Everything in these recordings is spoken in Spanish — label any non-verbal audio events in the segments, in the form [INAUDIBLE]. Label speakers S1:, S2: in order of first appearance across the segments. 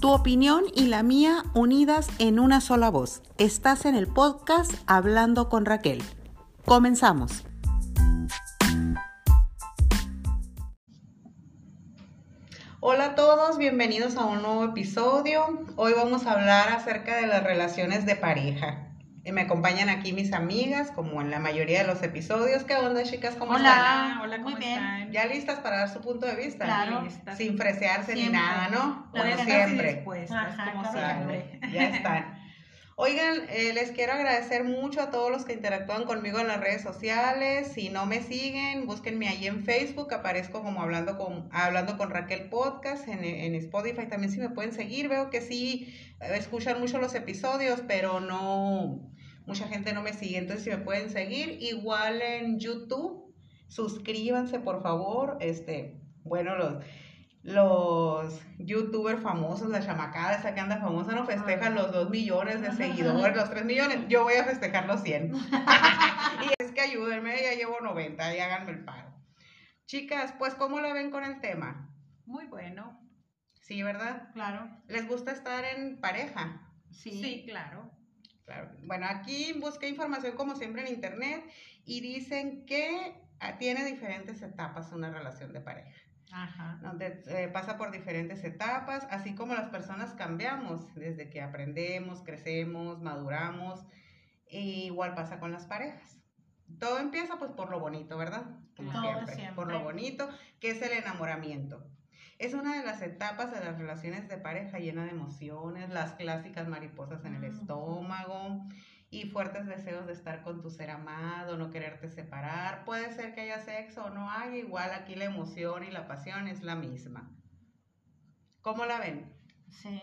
S1: Tu opinión y la mía unidas en una sola voz. Estás en el podcast Hablando con Raquel. Comenzamos. Hola a todos, bienvenidos a un nuevo episodio. Hoy vamos a hablar acerca de las relaciones de pareja. Y me acompañan aquí mis amigas, como en la mayoría de los episodios. ¿Qué onda, chicas? ¿Cómo
S2: Hola,
S1: están?
S2: hola, ¿cómo
S3: Muy bien.
S2: están?
S1: ¿Ya listas para dar su punto de vista?
S2: Claro.
S3: Listas.
S1: Sin fresearse ni
S2: Siempre.
S1: nada, ¿no?
S2: La
S1: Como
S2: verdad,
S1: siempre.
S2: sí, dispuestas,
S3: Ajá,
S2: pues, como
S3: claro.
S2: siempre.
S1: Vale, ya están. Oigan, eh, les quiero agradecer mucho a todos los que interactúan conmigo en las redes sociales. Si no me siguen, búsquenme ahí en Facebook. Aparezco como hablando con, hablando con Raquel Podcast en, en Spotify. También si me pueden seguir, veo que sí eh, escuchan mucho los episodios, pero no, mucha gente no me sigue. Entonces, si me pueden seguir, igual en YouTube, suscríbanse por favor. Este, bueno, los, los youtubers famosos, la chamacada esa que anda famosa, no festejan los 2 millones de seguidores, los 3 millones. Yo voy a festejar los 100. [LAUGHS] y es que ayúdenme, ya llevo 90 y háganme el paro. Chicas, pues, ¿cómo la ven con el tema?
S3: Muy bueno,
S1: Sí, ¿verdad?
S2: Claro,
S1: ¿Les gusta estar en pareja?
S2: sí.
S3: sí, claro.
S1: Claro. Bueno, aquí busqué información como siempre en internet y dicen que ah, tiene diferentes etapas una relación de pareja,
S2: Ajá.
S1: donde eh, pasa por diferentes etapas, así como las personas cambiamos desde que aprendemos, crecemos, maduramos, e igual pasa con las parejas. Todo empieza pues por lo bonito, ¿verdad? Como
S2: Todo
S1: siempre, por lo
S2: siempre.
S1: bonito, que es el enamoramiento. Es una de las etapas de las relaciones de pareja llena de emociones, las clásicas mariposas en el
S2: Ujú.
S1: estómago y fuertes deseos de estar con tu ser amado, no quererte separar. Puede ser que haya sexo o no haya, igual aquí la emoción y la pasión es la misma. ¿Cómo la ven?
S2: Sí.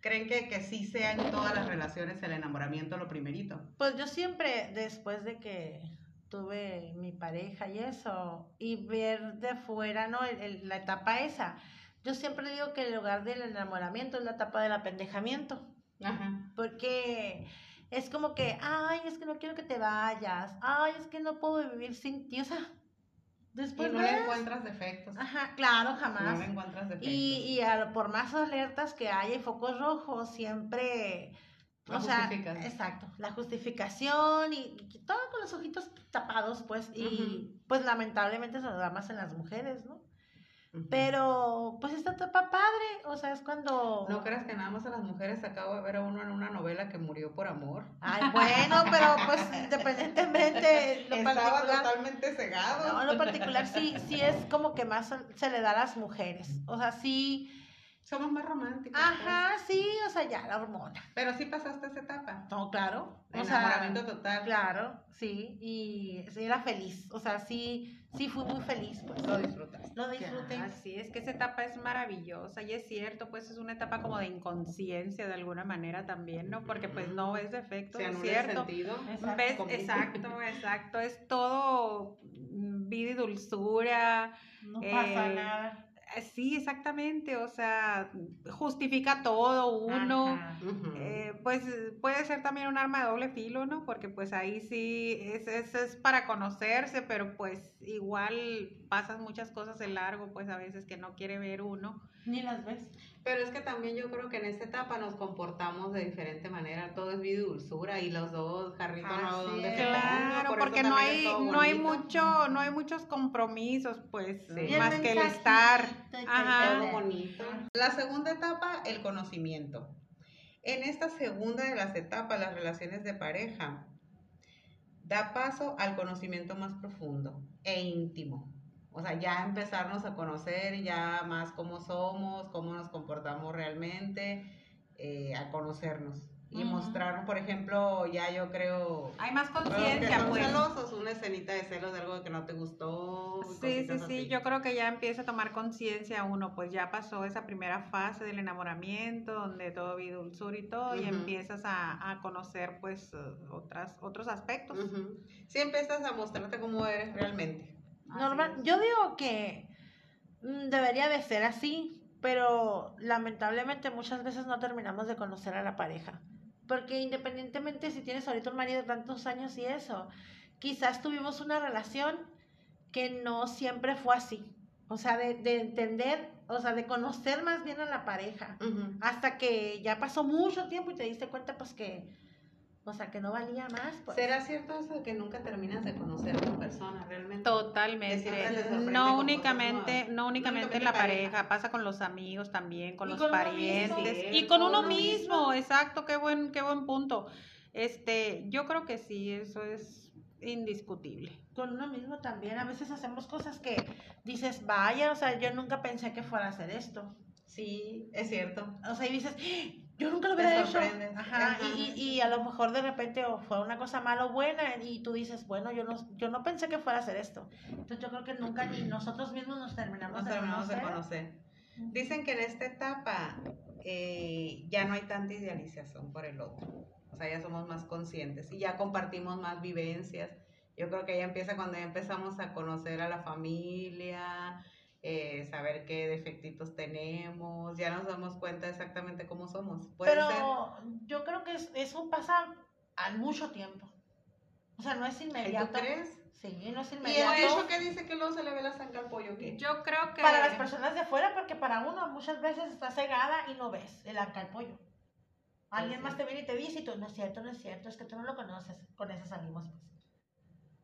S1: ¿Creen que, que sí sea en todas las relaciones el enamoramiento lo primerito?
S4: Pues yo siempre, después de que tuve mi pareja y eso, y ver de fuera, ¿no? El- el- la etapa esa, yo siempre digo que el lugar del enamoramiento es la etapa del apendejamiento,
S1: Ajá.
S4: porque es como que, ay, es que no quiero que te vayas, ay, es que no puedo vivir sin ti, o sea,
S1: Y
S4: después
S1: Pues no
S4: ves-
S1: le encuentras defectos.
S4: Ajá, claro,
S1: No
S4: jamás.
S1: le encuentras defectos.
S4: Y, y a lo- por más alertas que haya y focos rojos, siempre.
S1: La
S4: o sea,
S1: justificas.
S4: exacto, la justificación y, y todo con los ojitos tapados, pues, y pues lamentablemente se da más en las mujeres, ¿no?
S1: Ujú.
S4: Pero, pues esta etapa padre, o sea, es cuando...
S1: No creas que nada más a las mujeres acabo de ver a uno en una novela que murió por amor.
S4: Ay, bueno, pero
S1: [LAUGHS]
S4: pues independientemente, lo
S1: Estaba
S4: particular...
S1: totalmente cegado.
S4: No, lo particular sí, sí es como que más se le da a las mujeres. O sea, sí,
S1: Somos más románticos.
S4: ajá, sí, o sea, ya, la hormona.
S1: pues. Pero sí pasaste esa etapa.
S4: No, claro. O sea,
S1: Enamoramiento total.
S4: claro, sí. Y sí, era feliz. O sea, sí, sí fui muy feliz. Pues.
S1: Lo disfrutaste.
S4: Lo disfruté.
S3: Así es que esa etapa es maravillosa y es cierto, pues es una etapa como de inconsciencia de alguna manera también, ¿no? Porque pues
S1: Ujú.
S3: no ves defectos,
S1: Se
S3: es
S1: anula el
S3: cierto.
S1: sentido.
S4: Exacto.
S3: ¿Ves?
S1: Compite. [LAUGHS]
S3: Exacto, exacto. Es todo mm, vida y dulzura.
S2: No
S3: Eh,
S2: pasa nada.
S3: Eh, Sí, exactamente. O sea, justifica todo uno.
S2: Ajá.
S1: Ujú.
S3: Eh, pues eh, puede ser también un arma de doble filo, ¿no? Porque pues ahí sí es, es, es para conocerse, pero pues igual pasan muchas cosas de largo, pues a veces que no quiere ver uno.
S2: Ni las ves.
S1: Pero es que también yo creo que en esta etapa nos comportamos de diferente manera. Todo es vida y dulzura y los dos, jarrito no,
S4: Así
S1: ¿dónde
S4: es.
S1: se ponga?
S3: Claro,
S1: Por eso
S3: porque no
S1: también es
S3: hay,
S1: todo
S3: no hay
S1: bonito.
S3: mucho, no hay muchos compromisos, pues,
S1: Sí. Y el
S3: más que el estar. Ajá.
S1: Todo bonito. La segunda etapa, el conocimiento. En esta segunda de las etapas, las relaciones de pareja, da paso al conocimiento más profundo e íntimo. O sea, ya empezarnos a conocer ya más cómo somos, cómo nos comportamos realmente, eh, a conocernos. Y
S2: Ujú.
S1: mostrarnos, por ejemplo, ya yo creo...
S3: Hay más
S1: para los que
S3: conciencia,
S1: son
S3: pues.
S1: celosos, una escenita de celos de algo que no te gustó.
S3: Sí, sí,
S1: cositas
S3: sí,
S1: así.
S3: yo creo que ya empieza a tomar conciencia uno, pues ya pasó esa primera fase del enamoramiento, donde todo vi dulzura y todo, y
S1: Ujú.
S3: empiezas a, a conocer pues eh, otras, otros aspectos.
S1: Ujú. Sí empiezas a mostrarte cómo eres realmente.
S4: Normal. Yo digo que mm, debería de ser así, pero lamentablemente muchas veces no terminamos de conocer a la pareja. Porque independientemente si tienes ahorita un marido de tantos años y eso, quizás tuvimos una relación que no siempre fue así. O sea, de, de entender, o sea, de conocer más bien a la pareja.
S1: Ujú.
S4: Hasta que ya pasó mucho tiempo y te diste cuenta, pues que, o sea, que no valía más. Pues.
S1: ¿Será cierto eso que nunca terminas de conocer a una persona realmente? Que siempre les
S3: Totalmente.
S1: sorprende con
S3: No
S1: cosas
S3: únicamente,
S1: nuevas.
S3: no únicamente en la
S1: únicamente
S3: pareja,
S1: pareja.
S3: pasa con los amigos también, con
S5: Y
S3: los
S5: con uno
S3: parientes
S5: mismo.
S3: y con uno mismo, exacto, qué buen, qué buen punto. Este, yo creo que sí, eso es indiscutible.
S4: con uno mismo también. A veces hacemos cosas que dices, vaya, o sea, yo nunca pensé que fuera a hacer esto.
S1: Sí, es cierto.
S4: O sea, y dices, "Ah, yo nunca lo
S1: Te
S4: hubiera hecho.
S1: sorprendes.
S4: Ajá,
S1: Ajá.
S4: Y, y- y a lo mejor de repente o fue una cosa mala o buena y tú dices, bueno, yo no, yo no pensé que fuera a hacer esto. Entonces yo creo que nunca ni nosotros mismos nos terminamos,
S1: Nos
S4: de,
S1: terminamos de
S4: conocer.
S1: conocer. Dicen que en esta etapa eh, ya no hay tanta idealización por el otro. O sea, ya somos más conscientes y ya compartimos más vivencias. Yo creo que ya empieza cuando ya empezamos a conocer a la familia, eh, saber qué defectitos tenemos, ya nos damos cuenta exactamente cómo somos. Puede
S4: Pero
S1: ser.
S4: yo creo que es- eso pasa al mucho tiempo. O sea, no es
S1: Ay,
S4: inmediato.
S1: ¿Tú crees?
S4: Sí, no es
S1: Y el
S4: inmediato.
S1: dicho que dice que luego se le ve la zanca al pollo, ¿qué?
S3: Yo creo que
S4: Para las personas de fuera, porque para uno muchas veces está cegada y no ves el arca al pollo. Alguien
S1: sí.
S4: más te viene y te dice y tú, no es cierto, no es cierto, es que tú no lo conoces. Con eso salimos.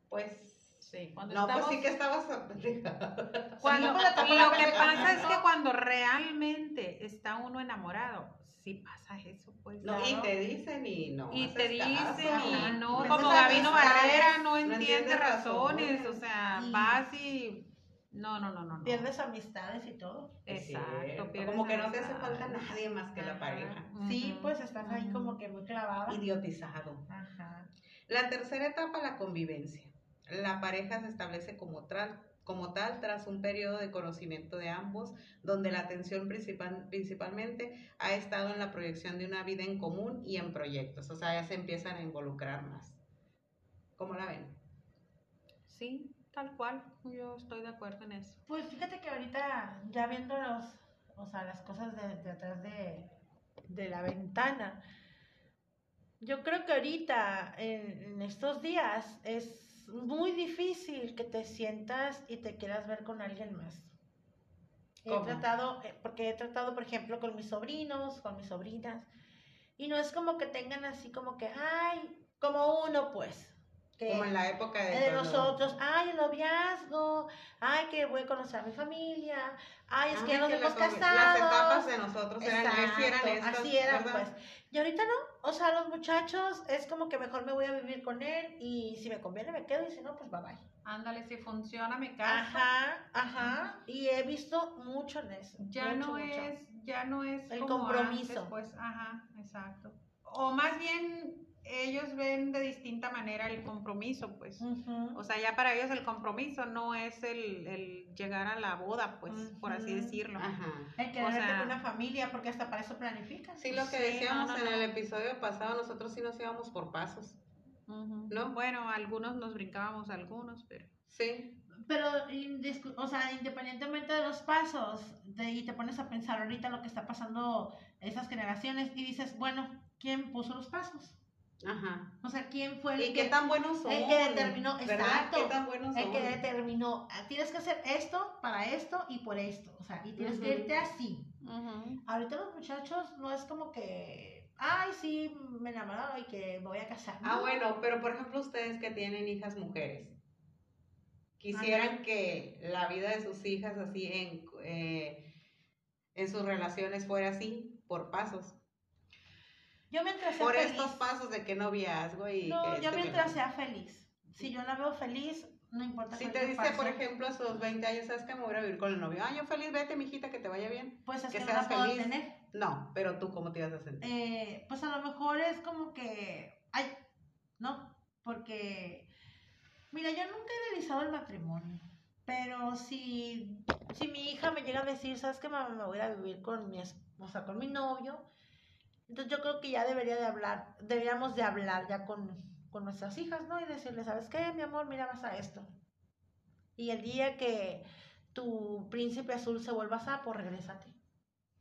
S4: Pues.
S1: Pues.
S5: Sí, cuando
S1: No,
S5: estamos...
S1: pues sí que estabas. [LAUGHS] pendejada.
S3: Cuando,
S4: Salimos de tapar la
S3: lo que
S4: verga.
S3: pasa es que cuando realmente está uno enamorado, sí pasa eso, pues.
S1: No, y
S3: claro.
S1: te dicen y no.
S3: Y
S1: haces
S3: te dicen,
S1: caso.
S4: ajá.
S3: y no,
S1: Haces
S3: como
S1: amistades,
S3: Gabino Barrera no entiende
S1: entiendes
S3: razones, o
S1: razones.
S3: sea,
S4: Y-
S3: vas y... No, no, no, no. no.
S4: Pierdes amistades y todo.
S1: Es
S3: Exacto,
S1: cierto,
S3: pierdes
S1: Como que no te hace
S3: amistad.
S1: falta nadie más que la
S3: Ajá.
S1: pareja.
S4: Sí,
S3: Ujú.
S4: pues estás ahí
S3: Ujú.
S4: como que muy clavada.
S1: Idiotizado.
S4: Ajá.
S1: La tercera etapa, la convivencia. La pareja se establece como, tra- como tal tras un periodo de conocimiento de ambos, donde la atención principal, principalmente ha estado en la proyección de una vida en común y en proyectos. O sea, ya se empiezan a involucrar más. ¿Cómo la ven?
S3: Sí, tal cual, yo estoy de acuerdo en eso.
S4: Pues fíjate que ahorita, ya viendo los, o sea, las cosas de, de atrás de, de la ventana, yo creo que ahorita, en, en estos días, es muy difícil que te sientas y te quieras ver con alguien más. He
S1: ¿Cómo?
S4: tratado, eh, porque he tratado, por ejemplo, con mis sobrinos, con mis sobrinas, y no es como que tengan así como que, ay, como uno, pues. que-
S1: Como en la época de,
S4: eh, de
S1: cuando-
S4: nosotros, ay, el noviazgo, ay, que voy a conocer a mi familia, ay, es que ya
S1: Ay,
S4: nos
S1: la
S4: hemos
S1: convi- Las
S4: casado.
S1: etapas de nosotros eran, así eran
S4: Exacto,
S1: estas,
S4: así eran,
S1: ¿verdad?
S4: pues. Y ahorita no, o sea, los muchachos es como que mejor me voy a vivir con él y si me conviene me quedo y si no, pues bye bye.
S3: Ándale, si funciona me caso.
S4: Ajá, ajá. Y he visto mucho en eso.
S3: Ya
S4: mucho,
S3: no
S4: mucho.
S3: es, ya no es
S4: El
S3: como
S4: compromiso.
S3: antes, pues, ajá, exacto. O más bien ellos ven de distinta manera el compromiso, pues.
S4: Ujú.
S3: O sea, ya para ellos el compromiso no es el, el llegar a la boda, pues, por así
S4: Ujú.
S3: decirlo.
S1: Ajá.
S4: El
S3: o
S4: querer
S3: sea-
S4: tener una familia, porque hasta para eso planificas.
S1: Sí, lo que
S3: Sí,
S1: decíamos
S3: no,
S1: en
S3: no, no.
S1: el episodio pasado, nosotros sí nos íbamos por pasos.
S3: Ujú.
S1: ¿No?
S3: Bueno, algunos nos brincábamos algunos, pero
S1: Sí.
S4: Pero, indiscu- o sea, independientemente de los pasos, de- y te pones a pensar ahorita lo que está pasando esas generaciones, y dices, bueno, ¿quién puso los pasos?
S1: Ajá.
S4: O sea, ¿quién fue el
S1: ¿Y
S4: que,
S1: qué tan buenos son?
S4: el que determinó-
S1: ¿verdad?
S4: exacto,
S1: ¿Qué tan buenos
S4: el
S1: son?
S4: que determinó, "Ah, tienes que hacer esto para esto y por esto? O sea, y tienes que
S1: Ujú.
S4: irte así. Ahorita los muchachos no es como que, ay, sí, me enamoraron y que me voy a casar.
S1: Ah,
S4: No.
S1: bueno, pero por ejemplo, ustedes que tienen hijas mujeres, quisieran que la vida de sus hijas así en, eh, en sus relaciones fuera así, por pasos.
S4: Yo mientras sea
S1: Por
S4: feliz-
S1: estos este pasos de que noviazgo y. que
S4: No,
S1: esto
S4: yo
S1: y que
S4: mientras
S1: lo-
S4: sea feliz. Si yo la veo feliz, no importa
S1: Si
S4: cuál
S1: te
S4: sea el
S1: dice,
S4: paso.
S1: por ejemplo, a sus 20 años, ¿sabes que me voy a vivir con el novio? Ah, yo feliz, vete, mijita, que te vaya bien.
S4: pues es
S1: que
S4: que, no
S1: seas
S4: la puedo
S1: feliz.
S4: tener.
S1: No, pero tú, ¿cómo te ibas a sentir?
S4: Eh, pues a lo mejor es como que, ay, no, porque, mira, yo nunca he realizado el matrimonio, pero si, si mi hija me llega a decir, ¿sabes qué, mamá? Me voy a ir a vivir con mi, es- o sea, con mi novio, entonces yo creo que ya debería de hablar, deberíamos de hablar ya con, con nuestras hijas, ¿no? Y decirle, ¿sabes qué, mi amor? Mira, vas a esto. Y el día que tu príncipe azul se vuelva sapo, regrésate.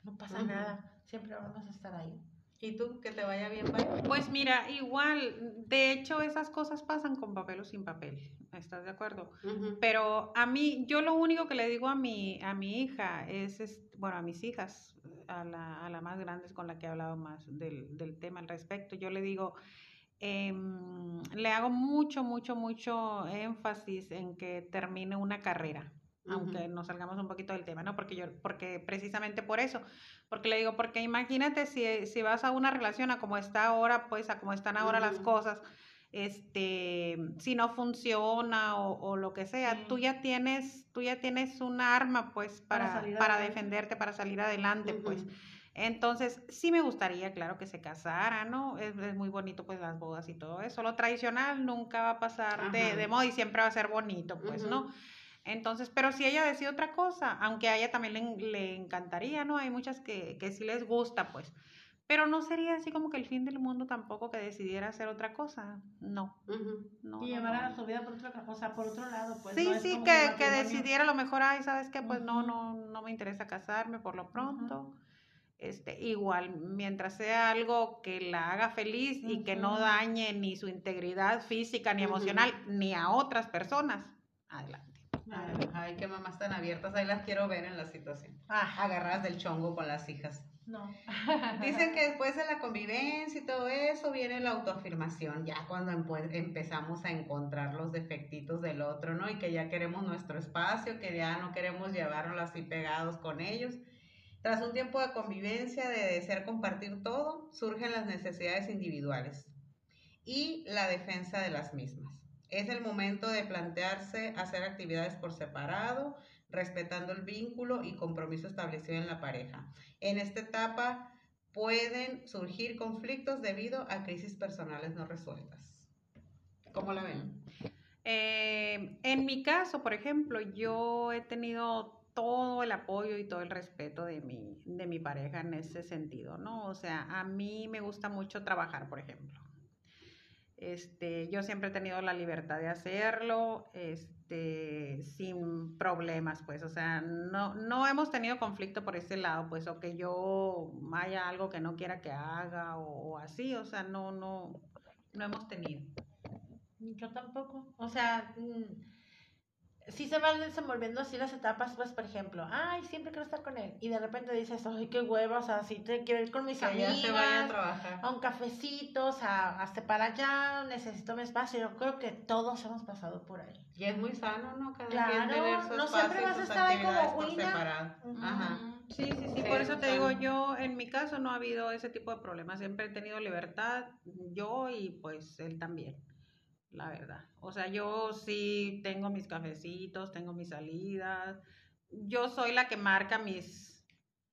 S4: No pasa
S1: Ujú.
S4: nada, siempre vamos a estar ahí.
S1: ¿Y tú, que te vaya bien? bye?
S3: Pues mira, igual, de hecho esas cosas pasan con papel o sin papel. ¿Estás de acuerdo?
S6: Ujú.
S3: Pero a mí, yo lo único que le digo a mi, a mi hija es, es- bueno, a mis hijas, a la, a la más grande es con la que he hablado más del, del tema al respecto, yo le digo, em, le hago mucho, mucho, mucho énfasis en que termine una carrera, aunque nos salgamos un poquito del tema, ¿no? Porque yo, porque precisamente por eso, porque le digo, porque imagínate si, si vas a una relación a como está ahora, pues a como están ahora las
S6: Ujú.
S3: cosas, este, si no funciona o, o lo que sea, tú
S4: Sí.
S3: ya tienes, tú ya tienes un arma, pues,
S7: Para
S3: para,
S7: salir
S3: para
S7: adelante.
S3: defenderte, para salir adelante, pues.
S6: Ujú.
S3: Entonces, sí me gustaría, claro, que se casara, ¿no? Es, es muy bonito, pues, las bodas y todo eso. Lo tradicional nunca va a pasar de, de
S6: Ajá.
S3: moda y siempre va a ser bonito, pues,
S6: Ujú.
S3: ¿no? Entonces, pero si ella decide otra cosa, aunque a ella también le, en- le encantaría, ¿no? Hay muchas que, que sí les gusta, pues. Pero no sería así como que el fin del mundo tampoco que decidiera hacer otra cosa. No,
S6: Ujú.
S3: no.
S4: Y
S3: no,
S4: llevar a
S3: no.
S4: su vida por otra cosa, por otro lado, pues.
S3: sí,
S4: no es
S3: sí,
S4: como
S3: que, que
S4: matrimonio.
S3: decidiera a lo mejor, ay, ¿sabes qué? Pues no,
S4: Ujú.
S3: no, no me interesa casarme por lo pronto. Este, igual, mientras sea algo que la haga feliz y que no
S4: Ujú.
S3: dañe ni su integridad física ni
S6: Ujú.
S3: emocional, ni a otras personas. Adelante.
S1: Ay, ay, qué mamás tan abiertas. Ahí las quiero ver en la situación.
S4: Ah,
S1: Agarradas del chongo con las hijas.
S4: [LAUGHS] no.
S1: Dicen que después de la convivencia y todo eso viene la autoafirmación, ya cuando empu- empezamos a encontrar los defectitos del otro, ¿no? Y que ya queremos nuestro espacio, que ya no queremos llevarnos así pegados con ellos. Tras un tiempo de convivencia, de desear compartir todo, surgen las necesidades individuales y la defensa de las mismas. Es el momento de plantearse hacer actividades por separado, respetando el vínculo y compromiso establecido en la pareja. En esta etapa pueden surgir conflictos debido a crisis personales no resueltas. ¿Cómo la ven?
S3: Eh, en mi caso, por ejemplo, yo he tenido todo el apoyo y todo el respeto de mi, de mi pareja en ese sentido, ¿no? O sea, a mí me gusta mucho trabajar, por ejemplo. Este, yo siempre he tenido la libertad de hacerlo, este, sin problemas, pues, o sea, no, no hemos tenido conflicto por ese lado, pues, o que yo haya algo que no quiera que haga o, o así, o sea, no, no, no hemos tenido.
S7: Yo tampoco. O sea, mm, sí se van desenvolviendo así las etapas, pues, por ejemplo, ay, siempre quiero estar con él. Y de repente dices, ay, qué hueva, o sea, sí te quiero ir con mis
S1: Que ya
S7: amigas,
S1: se vaya a trabajar.
S7: a un cafecito, o sea, hasta para allá, necesito mi espacio. Yo creo que todos hemos pasado por ahí.
S1: Y es muy sano, ¿no? Cada quien
S7: Claro,
S1: tener su
S7: no
S1: espacio
S7: siempre
S1: y
S7: vas a
S1: sus
S7: estar ahí como
S1: actividades por
S7: Winnie.
S1: separado. Ajá.
S3: Sí, sí, sí,
S1: Sí,
S3: por eso te digo,
S1: total.
S3: yo en mi caso no ha habido ese tipo de problemas, siempre he tenido libertad, yo y pues él también, la verdad. O sea, yo sí tengo mis cafecitos, tengo mis salidas, yo soy la que marca mis,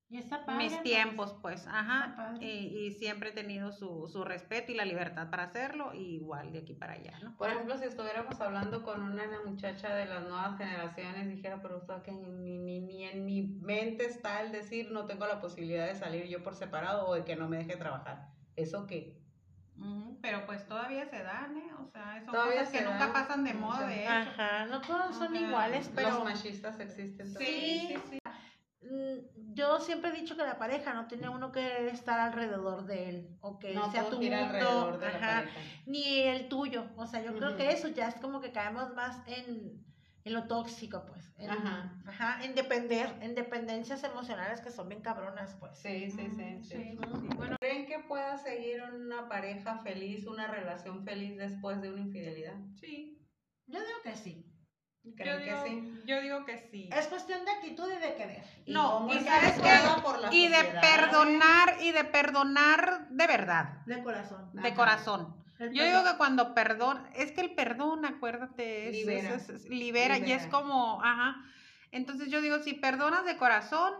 S4: Y está padre,
S3: mis
S4: pues.
S3: tiempos, pues,
S4: Está
S3: ajá,
S4: padre.
S3: y, y siempre he tenido su, su respeto y la libertad para hacerlo, y igual de aquí para allá, ¿no?
S1: Por ejemplo, si estuviéramos hablando con una muchacha de las nuevas generaciones, dijera, pero usted que ni, ni, ni en mi mente está el decir no tengo la posibilidad de salir yo por separado o de que no me deje trabajar. ¿Eso qué?
S3: Ujú, Pero pues todavía se dan, ¿eh? O sea, son
S1: Todavía
S3: cosas que
S1: se
S3: nunca
S1: dan,
S3: pasan de
S1: o
S3: moda,
S1: sea,
S3: de hecho.
S7: Ajá, no todos son
S3: Ajá.
S7: iguales, pero...
S1: Los machistas existen. todavía.
S3: Sí, sí, sí.
S7: Mm, Yo siempre he dicho que la pareja no tiene uno que estar alrededor de él o que
S1: No
S7: sea
S1: todo
S7: tu
S1: gira alrededor
S7: mundo,
S1: de la
S7: ajá,
S1: pareja.
S7: ni el tuyo. O sea, yo creo
S1: Ujú.
S7: que eso ya es como que caemos más en, en lo tóxico, pues. En,
S1: Ajá.
S7: ajá, en depender, en dependencias emocionales que son bien cabronas, pues.
S1: Sí, sí, sí,
S3: Mm,
S1: sí. ¿Creen que pueda seguir una pareja feliz, una relación feliz después de una infidelidad?
S3: Sí,
S7: Yo digo que sí.
S1: ¿Creen
S3: yo
S1: que
S3: digo-
S1: sí?
S3: Yo digo que sí.
S7: Es cuestión de actitud y de querer.
S3: No,
S1: cómo
S3: y
S1: es
S3: sabes
S1: actuado
S3: qué?
S1: por la
S3: Y de
S1: sociedad?
S3: perdonar, y de perdonar de verdad,
S7: De corazón.
S3: de
S1: Ajá.
S3: corazón.
S7: El
S3: Yo digo que cuando perdón, es que el perdón, acuérdate, es- es-
S1: Libera.
S3: es- es- libera, y es
S1: Libera.
S3: como, ajá. Entonces yo digo, si perdonas de corazón,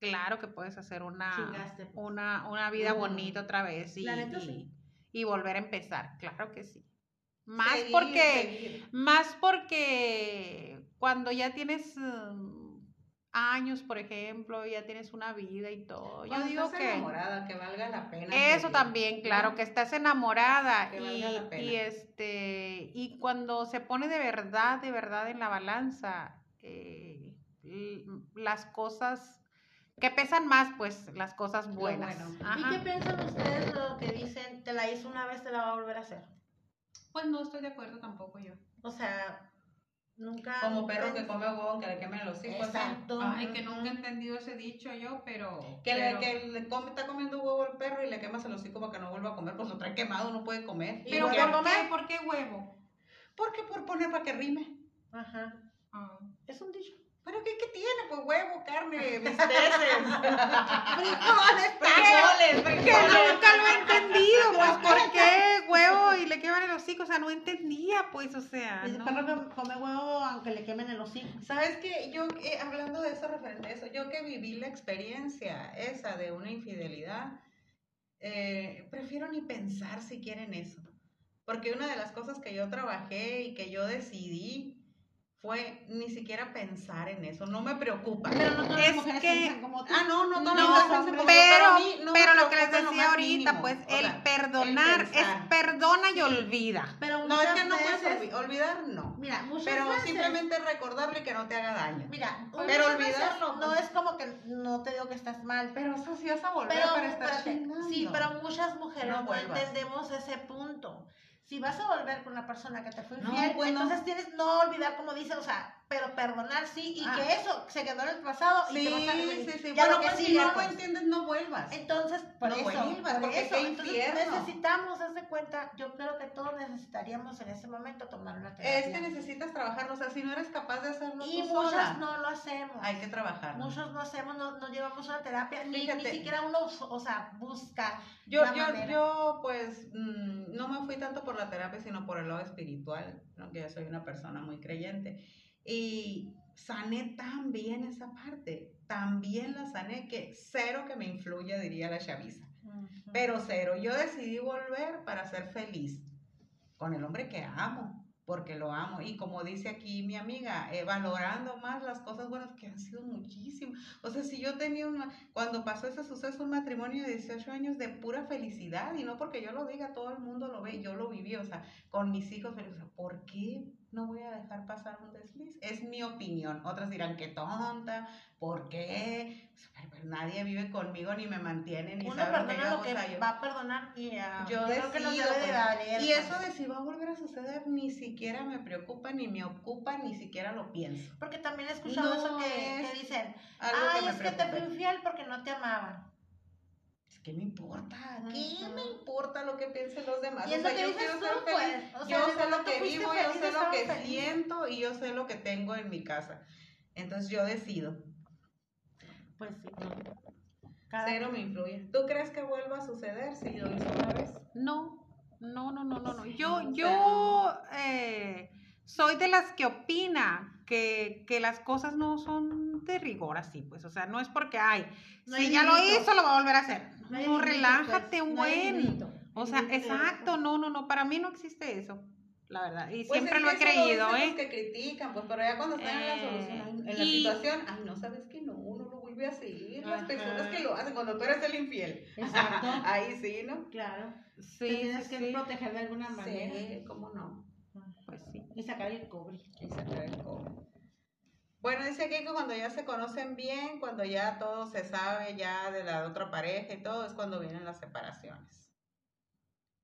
S3: claro que puedes hacer una,
S7: Chingaste, pues.
S3: una, una vida
S1: Ujú.
S3: bonita otra vez y,
S7: La neta,
S3: y-
S7: sí.
S3: y volver a empezar, claro que sí. Más
S1: Seguir,
S3: porque...
S1: seguir.
S3: Más porque cuando ya tienes mm, años, por ejemplo, ya tienes una vida y todo. Yo
S1: Cuando
S3: digo
S1: estás
S3: que
S1: enamorada, que valga la pena.
S3: eso
S1: seguir.
S3: también, claro, que estás enamorada
S1: Que
S3: y,
S1: valga la pena.
S3: y este y cuando se pone de verdad, de verdad en la balanza, eh, l- las cosas que pesan más, pues las cosas buenas.
S1: bueno.
S3: Ajá.
S7: ¿Y qué piensan ustedes de lo que dicen? Te la hizo una vez, te la va a volver a hacer.
S3: Pues no estoy de acuerdo tampoco yo.
S4: O sea, nunca.
S1: Como perro que come huevo, que le quemen los hijos. ¿eh? ¿sí?
S4: Exacto.
S3: Ay, que nunca he entendido ese dicho yo, pero...
S1: Que,
S3: pero-
S1: le, que le come- está comiendo huevo el perro y le quemas el hocico para que no vuelva a comer, pues lo trae quemado, no puede comer.
S4: Y
S3: Pero
S1: ¿por
S3: ¿por
S4: vuelve a
S3: qué?
S4: comer.
S3: ¿Por qué huevo?
S1: Porque por poner para que rime.
S4: Ajá.
S3: Ah.
S4: Es un dicho.
S1: ¿Pero qué, qué tiene? Pues huevo,
S3: [LAUGHS]
S1: carne, bisteces,
S4: ¡Frijoles!
S1: frijoles,
S3: Que
S1: frijoles.
S3: nunca lo [LAUGHS] he entendido, pues ¿por qué huevo y le queman el hocico? O sea, no entendía, pues, o sea,
S4: El
S3: no.
S4: perro que come huevo aunque le quemen el hocico.
S1: ¿Sabes qué? Yo, eh, hablando de eso, referente a eso, yo que viví la experiencia esa de una infidelidad, eh, prefiero ni pensar si quieren eso. Porque una de las cosas que yo trabajé y que yo decidí fue ni siquiera pensar en eso, no me preocupa.
S4: Pero no todas
S3: Es
S4: las mujeres
S3: que-
S4: piensan como tú.
S1: Ah, no, no, no,
S3: No,
S4: pero-
S3: pero,
S1: a mí no me
S3: pero lo que les
S1: preocupa en lo
S3: decía
S1: más
S3: ahorita,
S1: mínimo.
S3: pues,
S1: O
S3: el
S1: sea,
S3: perdonar es
S1: pensar.
S3: perdona y olvida.
S4: Pero
S1: No, es
S4: muchas
S1: que no puedes
S4: veces-
S1: olvi- olvidar, no.
S4: Mira, muchas
S1: Pero
S4: veces-
S1: simplemente recordarlo y que no te haga daño.
S4: Mira,
S1: Pero
S4: muchas veces
S1: olvidarlo,
S4: No
S1: pues.
S4: es como que no te digo que estás mal.
S1: Pero eso sí vas a volver
S4: Pero,
S1: para estar
S4: espérate,
S1: chingando.
S4: sí, pero muchas mujeres
S1: No
S4: no,
S1: vuelvas.
S4: entendemos ese punto. Si vas a volver con la persona que te fue
S1: No,
S4: infiel,
S1: pues, no.
S4: entonces tienes no olvidar como dice, o sea, pero perdonar sí y
S1: Ah.
S4: que eso se quedó en el pasado y te vas a
S1: Sí, sí, sí.
S4: ya
S1: bueno,
S4: lo que
S1: pues, si
S4: sigue,
S1: no lo
S4: pues.
S1: entiendes, no vuelvas.
S4: Entonces, por
S1: No
S4: eso,
S1: vuelvas,
S4: por
S1: porque
S4: eso,
S1: qué
S4: entonces
S1: infierno.
S4: necesitamos, haz de cuenta, yo creo que todos necesitaríamos en ese momento tomar una terapia.
S1: Es que necesitas trabajarlo, o sea, si no eres capaz de hacerlo
S4: y
S1: tú
S4: muchos
S1: sola,
S4: no lo hacemos.
S1: hay que trabajar.
S4: Muchos no hacemos, no, no llevamos una terapia, ni, ni
S1: Fíjate.
S4: siquiera uno, o sea, busca.
S1: Yo,
S4: la
S1: yo,
S4: manera.
S1: yo, pues, mm, no me fui tanto por la terapia, sino por el lado espiritual, aunque yo soy una persona muy creyente. Y sané tan bien esa parte, tan bien la sané que cero que me influya, diría la chaviza. Pero cero, yo decidí volver para ser feliz con el hombre que amo, porque lo amo. Y como dice aquí mi amiga, eh, valorando más las cosas buenas que han sido muchísimas. O sea, si yo tenía un, ma- cuando pasó ese suceso, un matrimonio de 18 años de pura felicidad, y no porque yo lo diga, todo el mundo lo ve, yo lo viví, o sea, con mis hijos, pero o sea, ¿por qué no voy a dejar pasar un desliz? Es mi opinión. Otras dirán, qué tonta, ¿por qué? O sea, pero- pero nadie vive conmigo, ni me mantiene, ni
S4: Uno
S1: sabe lo que yo
S4: perdona
S1: hago,
S4: lo
S1: o
S4: que
S1: sea, yo-
S4: va a perdonar y ah,
S1: yo
S4: creo que nos
S1: decido,
S4: debe de
S1: pues.
S4: valer,
S1: y
S4: pues.
S1: eso de si va a volver a suceder ni siquiera me preocupa, ni me ocupa, ni siquiera lo pienso.
S4: Porque también he
S1: No
S4: escuchado eso que, que
S1: es
S4: dicen,
S1: Algo
S4: ay,
S1: me
S4: es que te
S1: preocupa.
S4: fui infiel porque no te amaban.
S1: Es que me importa, ¿qué
S4: Ujú.
S1: me importa lo que piensen los demás?
S4: y
S1: O
S4: es
S1: sea,
S4: lo que
S1: yo
S4: dices
S1: quiero
S4: tú,
S1: ser feliz.
S4: pues. O sea,
S1: yo
S4: desde
S1: sé lo
S4: cuando
S1: que
S4: fuiste
S1: vivo, yo
S4: feliz,
S1: sé lo
S4: estabas
S1: que
S4: feliz.
S1: siento y yo sé lo que tengo en mi casa. Entonces yo decido.
S4: Pues sí.
S8: Cada-
S1: Cero me influye. ¿Tú crees que vuelva a suceder si lo hice una vez? Pues
S3: No, no, no, no, no, no.
S1: Sí,
S3: Yo,
S1: o
S3: yo eh, soy de las que opina que, que las cosas no son de rigor así, pues, o sea, no es porque, ay,
S4: No hay
S3: si ya lo
S4: limito.
S3: hizo, lo va a volver a hacer.
S4: No hay
S3: No,
S4: límite,
S3: relájate,
S4: pues,
S3: un
S4: no hay
S3: buen.
S4: límite.
S3: O sea,
S4: Límite,
S3: exacto, no, no, no, para mí no existe eso, la verdad. Y
S1: Pues
S3: siempre
S1: es
S3: lo
S1: que
S3: he
S1: eso
S3: creído,
S1: dicen
S3: ¿eh?
S1: los que critican, pues, pero ya cuando están en la
S3: Eh,
S1: solución, ay, en la
S3: y-
S1: situación, ay, no sabes que no, uno lo vuelve a seguir. Las
S4: Ajá.
S1: personas que lo hacen, cuando tú eres el infiel.
S4: Exacto.
S1: [LAUGHS] Ahí sí, ¿no?
S4: claro.
S3: Sí,
S4: Te tienes
S3: sí,
S4: que
S3: sí,
S4: proteger de alguna manera
S1: Sí, cómo no.
S3: pues sí.
S4: y sacar el cobre.
S1: Y sacar el cobre. Bueno, dice aquí que cuando ya se conocen bien, cuando ya todo se sabe ya de la otra pareja y todo, es cuando vienen las separaciones.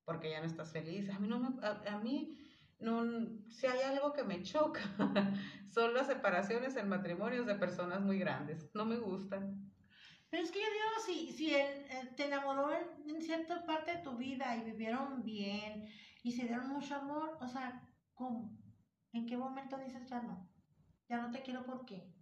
S1: Porque ya no estás feliz. A mí no me, a, a mí no, si hay algo que me choca, [LAUGHS] son las separaciones en matrimonios de personas muy grandes. No me gustan.
S4: Pero es que yo digo, si, si él eh, te enamoró en, en cierta parte de tu vida y vivieron bien y se dieron mucho amor, o sea, ¿cómo? ¿En qué momento dices ya no? Ya no te quiero por qué.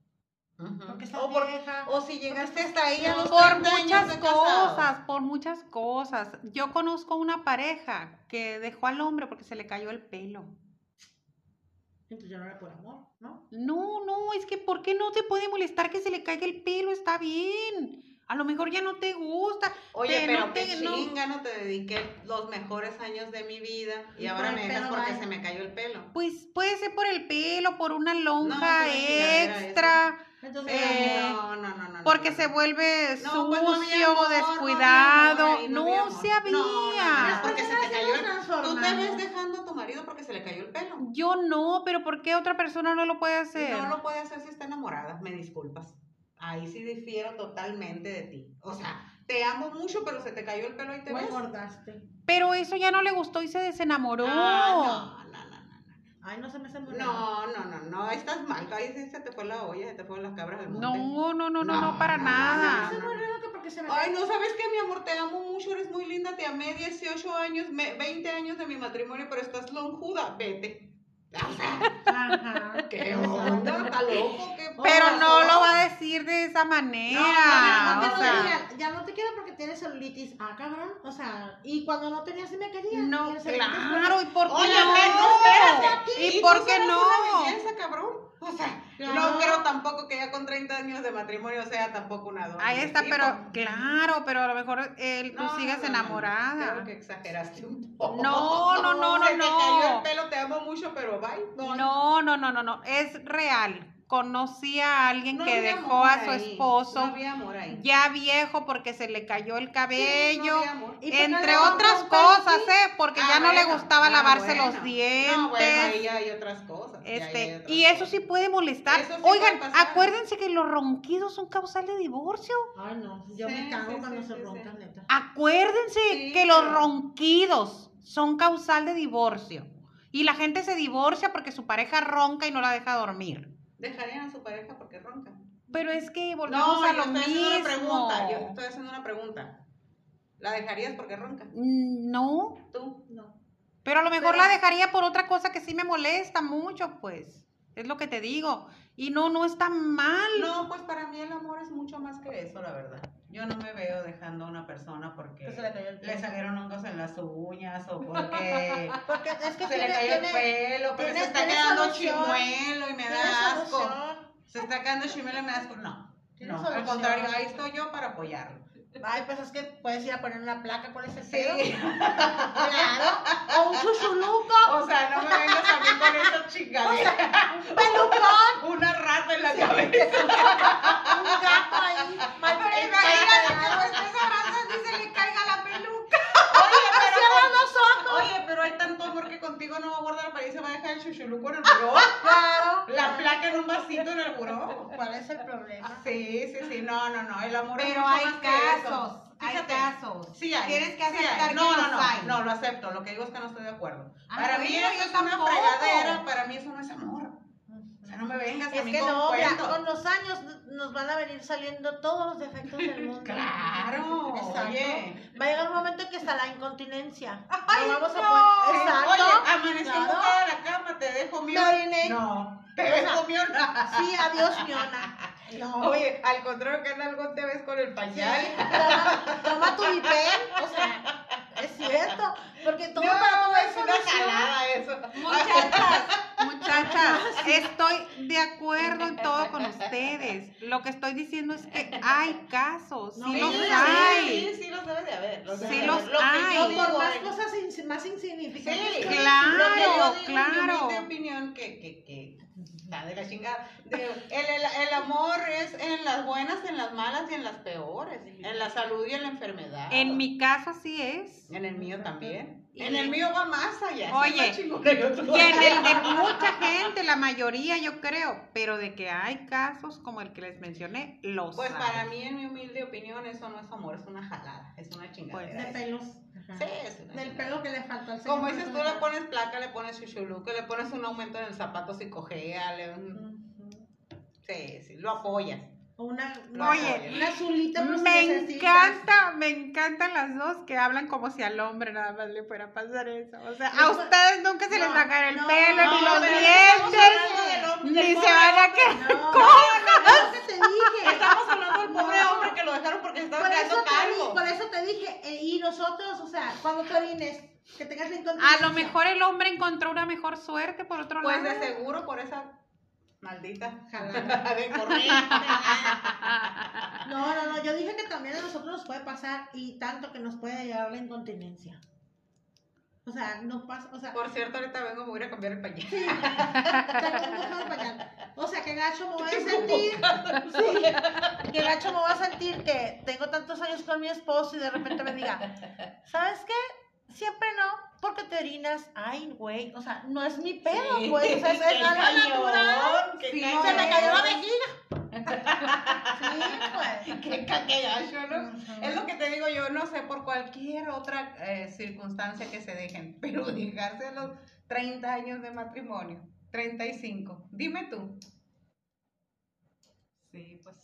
S1: Ujú.
S4: Porque estás
S1: o, por-
S4: vieja.
S1: o si llegaste hasta ahí a los
S3: Por
S1: 30 años
S3: muchas
S1: de casado.
S3: cosas, por muchas cosas. Yo conozco una pareja que dejó al hombre porque se le cayó el pelo.
S4: Entonces ya no era por amor, ¿no?
S3: No, no, es que ¿por qué no te puede molestar que se le caiga el pelo? Está bien. A lo mejor ya no te gusta.
S1: Oye,
S3: Te-
S1: pero
S3: no
S1: qué
S3: te- no.
S1: chinga, no te dediqué los mejores años de mi vida y,
S4: Y
S1: ahora
S4: por
S1: me
S4: el
S1: dejas
S4: pelo,
S1: porque
S4: bye.
S1: se me cayó el pelo.
S3: Pues puede ser por el pelo, por una lonja
S1: No, es una chingadera eso.
S3: extra,
S4: Entonces,
S3: Eh,
S1: no, no, no, no.
S3: porque
S1: no,
S3: se
S1: no.
S3: vuelve
S1: No, pues, no había
S3: sucio,
S1: amor, no había amor
S3: descuidado.
S1: ahí,
S3: No,
S1: había amor.
S3: se
S1: No, no, no, es
S3: había.
S1: ah, porque se
S4: Las
S1: te
S4: personas
S1: cayó
S4: se
S1: el pelo. Tú te
S4: transforman.
S1: ves dejando a tu marido porque se le cayó el pelo.
S3: Yo no, pero ¿por qué otra persona no lo puede hacer?
S1: No lo puede hacer si está enamorada, me disculpas. Ahí sí difiero totalmente de ti. O sea, te amo mucho, pero se te cayó el pelo y te
S4: te
S1: ves.
S4: engordaste.
S3: Pero eso ya no le gustó y se desenamoró.
S1: Ah, no, no, no, no.
S4: Ay, no se me hace muy raro.
S1: No, no, no, no, estás mal. Ahí sí se te fue la olla, se te fueron las cabras del monte.
S3: No, no, no, no,
S1: No,
S3: no, para
S1: no,
S3: nada.
S4: Se me hace muy raro que porque se me
S1: Ah. Ay, no, ¿sabes qué, mi amor? Te amo mucho, eres muy linda, te amé 18 años, me- 20 años de mi matrimonio, pero estás lonjuda, vete. [LAUGHS] O sea,
S4: Ajá.
S1: [LAUGHS] ¿qué onda? ¿Está loco? ¿Qué
S3: Pero
S1: pasó?
S3: Oh, no lo va a decir de esa manera.
S4: No, ya,
S1: no,
S4: no,
S3: o
S4: te
S1: no,
S3: sea,
S1: no,
S4: quería, ya no te quiero porque tienes celulitis. Ah, cabrón. O sea, y cuando no tenía sí me querías.
S3: no,
S4: Y el celulitis fue-
S3: claro, ¿y por qué
S1: Oye,
S3: no?
S1: Fer, no, espérate
S3: ¿Y
S1: tú
S3: por qué
S1: serás
S3: no?
S1: una belleza, cabrón. O sea, no
S4: Claro.
S1: creo tampoco que ya con 30 años de matrimonio sea tampoco una dona.
S3: Ahí
S1: de
S3: está,
S1: tipo.
S3: pero claro, pero a lo mejor él, tú
S1: No,
S3: sigues
S1: no, no, no,
S3: enamorada.
S1: Creo que exageraste un poco.
S3: No, no, no,
S1: [LAUGHS]
S3: no,
S1: Se te
S3: no.
S1: cayó el pelo, te amo mucho, pero bye.
S3: No, no, no, no, no, es real. Conocí a alguien
S1: No
S3: que
S1: había
S3: dejó a
S1: amor
S3: su
S1: ahí,
S3: esposo
S1: No había amor ahí.
S3: ya viejo porque se le cayó el cabello.
S1: No había amor.
S4: ¿Y por qué
S3: entre
S4: le van a
S3: otras
S4: preguntar
S3: cosas,
S4: así?
S3: ¿eh? Porque
S1: Ah,
S3: ya no le
S1: bueno,
S3: gustaba
S1: ah,
S3: lavarse
S1: bueno.
S3: los dientes.
S1: No, bueno, ahí hay otras cosas. ya ahí hay
S3: Este,
S1: otras
S3: y eso
S1: cosas.
S3: sí puede molestar.
S1: Eso sí
S3: Oigan,
S1: puede pasar.
S3: acuérdense que los ronquidos son causal de divorcio.
S4: Ay, no. Yo
S1: Sí,
S4: me cago
S1: sí,
S4: cuando
S1: sí,
S4: se
S1: sí,
S4: roncan,
S1: sí.
S4: neta.
S3: Acuérdense
S1: Sí,
S3: que los
S1: pero-
S3: ronquidos son causal de divorcio. Y la gente se divorcia porque su pareja ronca y no la deja dormir.
S1: Dejarían a su pareja porque ronca.
S3: Pero es que volvemos a
S1: yo
S3: lo
S1: estoy haciendo una
S3: mismo.
S1: pregunta. Yo estoy haciendo una pregunta. ¿La dejarías porque ronca?
S3: Mm, No,
S1: Tú.
S4: No.
S3: pero a lo mejor
S1: Pero-
S3: la dejaría por otra cosa que sí me molesta mucho, pues. Es lo que te digo. Y no, no está mal.
S1: No, pues para mí el amor es mucho más que eso, la verdad. Yo no me veo dejando a una persona porque
S4: Que se le cayó el pelo.
S1: le salieron hongos en las uñas o porque
S4: Porque es que
S1: se le
S4: tiene-
S1: cayó el
S4: tiene-
S1: pelo, pero se
S4: tiene-
S1: está
S4: tiene
S1: quedando
S4: solución.
S1: chimuelo y me
S4: tiene
S1: da asco.
S4: solución.
S1: Se está quedando chimuelo y me da asco. No,
S4: Tiene
S1: no, al
S4: solución.
S1: contrario, ahí estoy yo para apoyarlo.
S4: Ay, pues es que puedes ir a poner una placa con ese
S1: Sí,
S4: pedo.
S1: [LAUGHS]
S4: Claro. O un chuchuluco.
S1: o sea, no me vengas a mí con esas chingaderas.
S4: Un pelucón.
S1: Una rata en la cabeza.
S4: Un gato ahí. Mal
S1: Pero imagínate que lo estés abrazando y se le caiga la peluca. Oye, pero hay tanto amor que contigo no va a guardar para ahí se va a dejar el chuchuluco en el buró.
S4: Claro.
S1: La placa en un vasito en el buró.
S4: ¿Cuál es el problema?
S1: Sí, sí, sí, no, no, no, el amor es
S3: Pero
S1: mucho
S3: hay
S1: más que eso.
S3: casos, hay
S1: Fíjate,
S3: casos.
S1: Sí hay,
S3: Tienes que
S1: sí hay.
S3: aceptar que
S1: no, no,
S3: los
S1: no,
S3: hay.
S1: no, lo acepto, lo que digo es que no estoy de acuerdo.
S3: Ah,
S1: para mí
S3: bueno,
S1: eso
S3: yo
S1: es una
S3: tampoco.
S1: fregadera, para mí eso no es amor. O sea, no me vengas a
S4: Es
S1: mí
S4: que
S1: con
S4: no, mira,
S1: cuentos.
S4: con los años n- nos van a venir saliendo todos los defectos del mundo.
S1: Claro,
S4: Exacto.
S1: oye.
S4: Va a llegar un momento que está la incontinencia.
S1: Ay,
S4: no vamos
S1: no.
S4: a poder.
S1: Oye,
S4: Exacto.
S1: amanecí
S4: Claro.
S1: mojada la cama, te dejo miona.
S4: No, nene.
S1: No, te dejo miona.
S4: Sí, adiós, Miona. No.
S1: Oye, al contrario que en algo te ves con el [LAUGHS]
S4: Sí,
S1: pañal.
S4: toma, toma tu vipel, o sea, es cierto, porque todo
S1: No,
S4: para todo
S1: es una jalada eso. [LAUGHS]
S3: Muchachas, muchachas, estoy de acuerdo en
S1: [LAUGHS]
S3: todo con ustedes. Lo que estoy diciendo es que hay casos,
S4: No,
S3: sí
S4: sí,
S3: los
S4: sí,
S3: hay.
S1: Sí, sí, los debe de haber. Los
S3: Sí
S1: debe de
S3: los
S1: haber. Lo que
S3: hay.
S1: yo
S4: Por
S1: digo,
S4: más
S1: eh,
S4: cosas ins- más insignificantes.
S1: Sí,
S4: que-
S3: claro,
S1: lo que yo digo,
S3: claro.
S1: Mi humilde opinión que, que, que está de la chingada. De- el, el- el amor es en las buenas, en las malas y en las peores. En la salud y en la enfermedad.
S3: En mi caso así es.
S1: En el mío también.
S3: Y-
S1: En el mío va más allá.
S3: Oye,
S1: sí, más chingón que
S3: Y
S1: otro.
S3: en el de mucha gente, la mayoría yo creo, pero de que hay casos como el que les mencioné, los
S1: [LAUGHS] Pues
S3: hay.
S1: para mí, en mi humilde opinión, eso no es amor, es una jalada, es una chingadera.
S4: De
S3: Pues,
S4: pelos. Ajá.
S1: Sí, es una
S4: Del
S1: chingadera.
S4: pelo que le faltó al señor.
S1: Como dices tú, le pones placa, le pones chuchuluco, le pones un aumento en el zapato si cojea, le...
S4: Ujú.
S1: sí, sí, lo apoyas.
S4: O Una,
S1: No,
S4: Oye,
S1: oye.
S4: una azulita por si
S3: Me
S4: necesitas.
S3: encanta, me encantan las dos que hablan como si al hombre nada más le fuera a pasar eso. O sea, a
S1: Pues,
S4: No,
S3: ustedes nunca se les
S4: no,
S3: va a caer el
S4: no,
S3: pelo, ni
S4: no,
S3: los
S4: pero estamos
S3: dientes,
S1: hablando del hom-
S3: ni
S1: del
S3: se
S1: pobre
S3: van a
S1: hombre.
S3: caer.
S4: No, no, no, es lo que te dije.
S1: Estamos hablando del pobre
S4: No.
S1: hombre que lo dejaron porque estaba
S4: Por eso,
S1: quedando
S4: te, di-
S1: calvo.
S4: por eso te dije, eh, y nosotros, o sea, cuando te orines, que tengas la
S3: A
S4: incontinencia.
S3: lo mejor el hombre encontró una mejor suerte por otro
S1: Pues
S3: lado.
S1: de seguro por esa maldita
S4: Jalada.
S1: jalada de corriente.
S4: No, no, no, yo dije que también a nosotros nos puede pasar y tanto que nos puede llegar la incontinencia. O sea, no pasa, o sea,
S1: Por cierto, ahorita vengo, me voy a ir a cambiar el pañal.
S4: sí, tengo un bocado para allá. O sea, que gacho me voy a sentir, que gacho me voy a sentir que tengo tantos años con mi esposo y de repente me diga, ¿sabes qué? Siempre no, porque te orinas, ay, güey, o sea, no es mi pedo,
S1: Sí,
S4: güey, o sea, es, es
S1: qué
S4: algo
S1: cañón,
S4: natural.
S1: qué
S3: Sí,
S1: [LAUGHS] cañón.
S4: Se me cayó la vejiga. Sí, pues.
S1: Qué caquegacho, ¿no?
S4: Ujú.
S1: Es lo que te digo yo, no sé, por cualquier otra eh, circunstancia que se dejen, [LAUGHS] pero dejarse a los 30 años de matrimonio, 35, dime tú.
S3: Sí, pues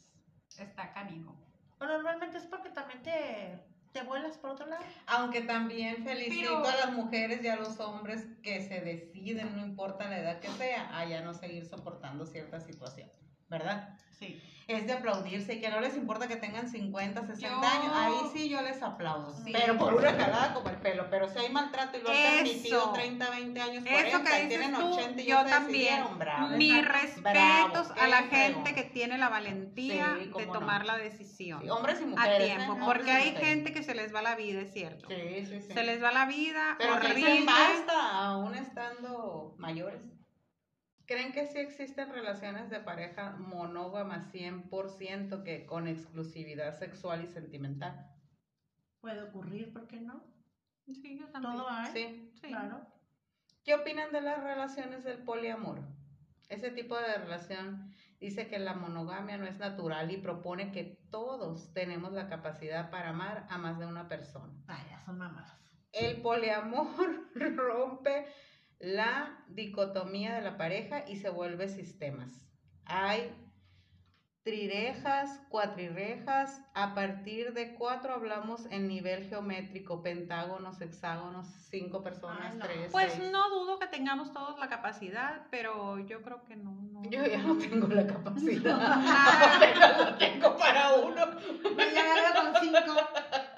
S3: está canijo.
S4: O normalmente es porque también te, te vuelas por otro lado.
S1: Aunque también felicito
S3: Pero-
S1: a las mujeres y a los hombres que se deciden, no importa la edad que sea, a ya no seguir soportando cierta situación, ¿verdad?
S3: Sí.
S1: Es de aplaudirse y que no les importa que tengan 50, 60
S3: Yo-
S1: años, ahí sí yo les aplaudo,
S3: Sí.
S1: pero por una calada como el pelo, pero si hay maltrato y lo han
S3: Eso.
S1: permitido 30, 20 años,
S3: Eso
S1: 40,
S3: que
S1: y
S3: dices
S1: tienen
S3: tú,
S1: 80 y
S3: yo
S1: ya se
S3: también.
S1: decidieron, bravo,
S3: Mis
S1: exacto.
S3: respetos
S1: Bravo,
S3: a la
S1: qué
S3: gente
S1: fregón.
S3: que tiene la valentía
S1: Sí,
S3: de
S1: cómo no.
S3: tomar la decisión
S1: Sí, hombres y
S3: a
S1: mujeres.
S3: tiempo,
S1: ¿eh?
S3: porque
S1: Hombres y
S3: hay
S1: mujeres.
S3: gente que se les va la vida, es cierto.
S1: Sí, sí, sí.
S3: Se les va la vida,
S1: Pero que
S3: horrible.
S1: dicen basta, aún estando mayores. ¿Creen que sí existen relaciones de pareja monógama 100% que con exclusividad sexual y sentimental?
S4: Puede ocurrir, ¿por qué no?
S3: Sí, yo también.
S4: Todo hay.
S1: Sí.
S3: Sí.
S4: Claro.
S1: ¿Qué opinan de las relaciones del poliamor? Ese tipo de relación dice que la monogamia no es natural y propone que todos tenemos la capacidad para amar a más de una persona.
S4: Vaya, son mamadas.
S1: El poliamor [LAUGHS] rompe la dicotomía de la pareja y se vuelve sistemas. Hay trirejas, cuatrirejas. A partir de cuatro hablamos en nivel geométrico, pentágonos, hexágonos, cinco personas,
S4: Ah, no.
S1: tres.
S3: Pues
S1: seis.
S3: no dudo que tengamos todos la capacidad, pero yo creo que no. no. [LAUGHS]
S1: Yo ya no tengo la capacidad.
S3: Ah,
S1: Apenas lo tengo para uno.
S4: Ya veo con cinco.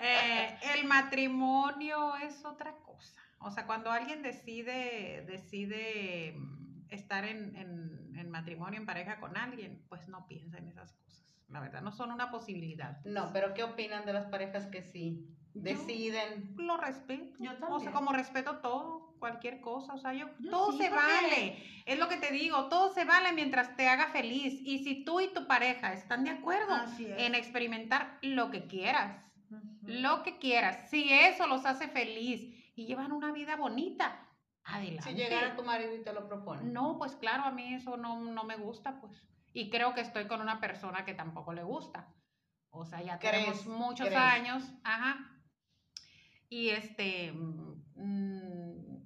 S3: eh, el matrimonio es otra cosa. O sea, cuando alguien decide, decide mm, estar en, en- en matrimonio, en pareja con alguien, pues no piensa en esas cosas. La verdad, no son una posibilidad.
S1: No, pero ¿qué opinan de las parejas que sí deciden?
S3: lo respeto.
S4: Yo
S3: O sea,
S4: también.
S3: como respeto todo, cualquier cosa, o sea, yo,
S4: Yo
S3: todo
S4: sí,
S3: se
S4: porque-
S3: vale. Es lo que te digo, todo se vale mientras te haga feliz. Y si tú y tu pareja están de acuerdo
S4: Así es.
S3: en experimentar lo que quieras,
S4: Ujú.
S3: lo que quieras, si eso los hace feliz y llevan una vida bonita, adelante.
S1: Si llegara tu marido y te lo propone.
S3: No, pues claro, a mí eso no, no me gusta, pues. Y creo que estoy con una persona que tampoco le gusta. O sea, ya
S1: ¿Crees?
S3: tenemos muchos
S1: ¿Crees?
S3: años, ajá. Y este, mm,